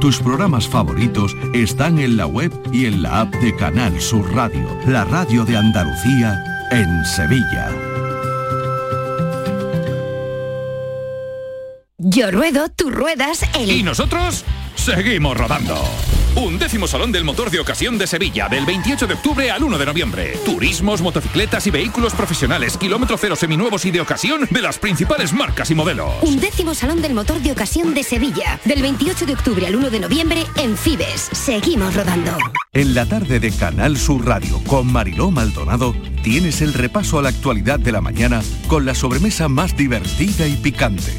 O: Tus programas favoritos están en la web y en la app de Canal Sur Radio, la radio de Andalucía en Sevilla.
M: Yo ruedo, tú ruedas, él.
E: Y nosotros seguimos rodando. Undécimo Salón del Motor de Ocasión de Sevilla, del 28 de octubre al 1 de noviembre. Turismos, motocicletas y vehículos profesionales, kilómetro cero seminuevos y de ocasión de las principales marcas y modelos.
M: Undécimo Salón del Motor de Ocasión de Sevilla, del 28 de octubre al 1 de noviembre en Fibes. Seguimos rodando.
O: En la tarde de Canal Sur Radio con Mariló Maldonado tienes el repaso a la actualidad de la mañana con la sobremesa más divertida y picante,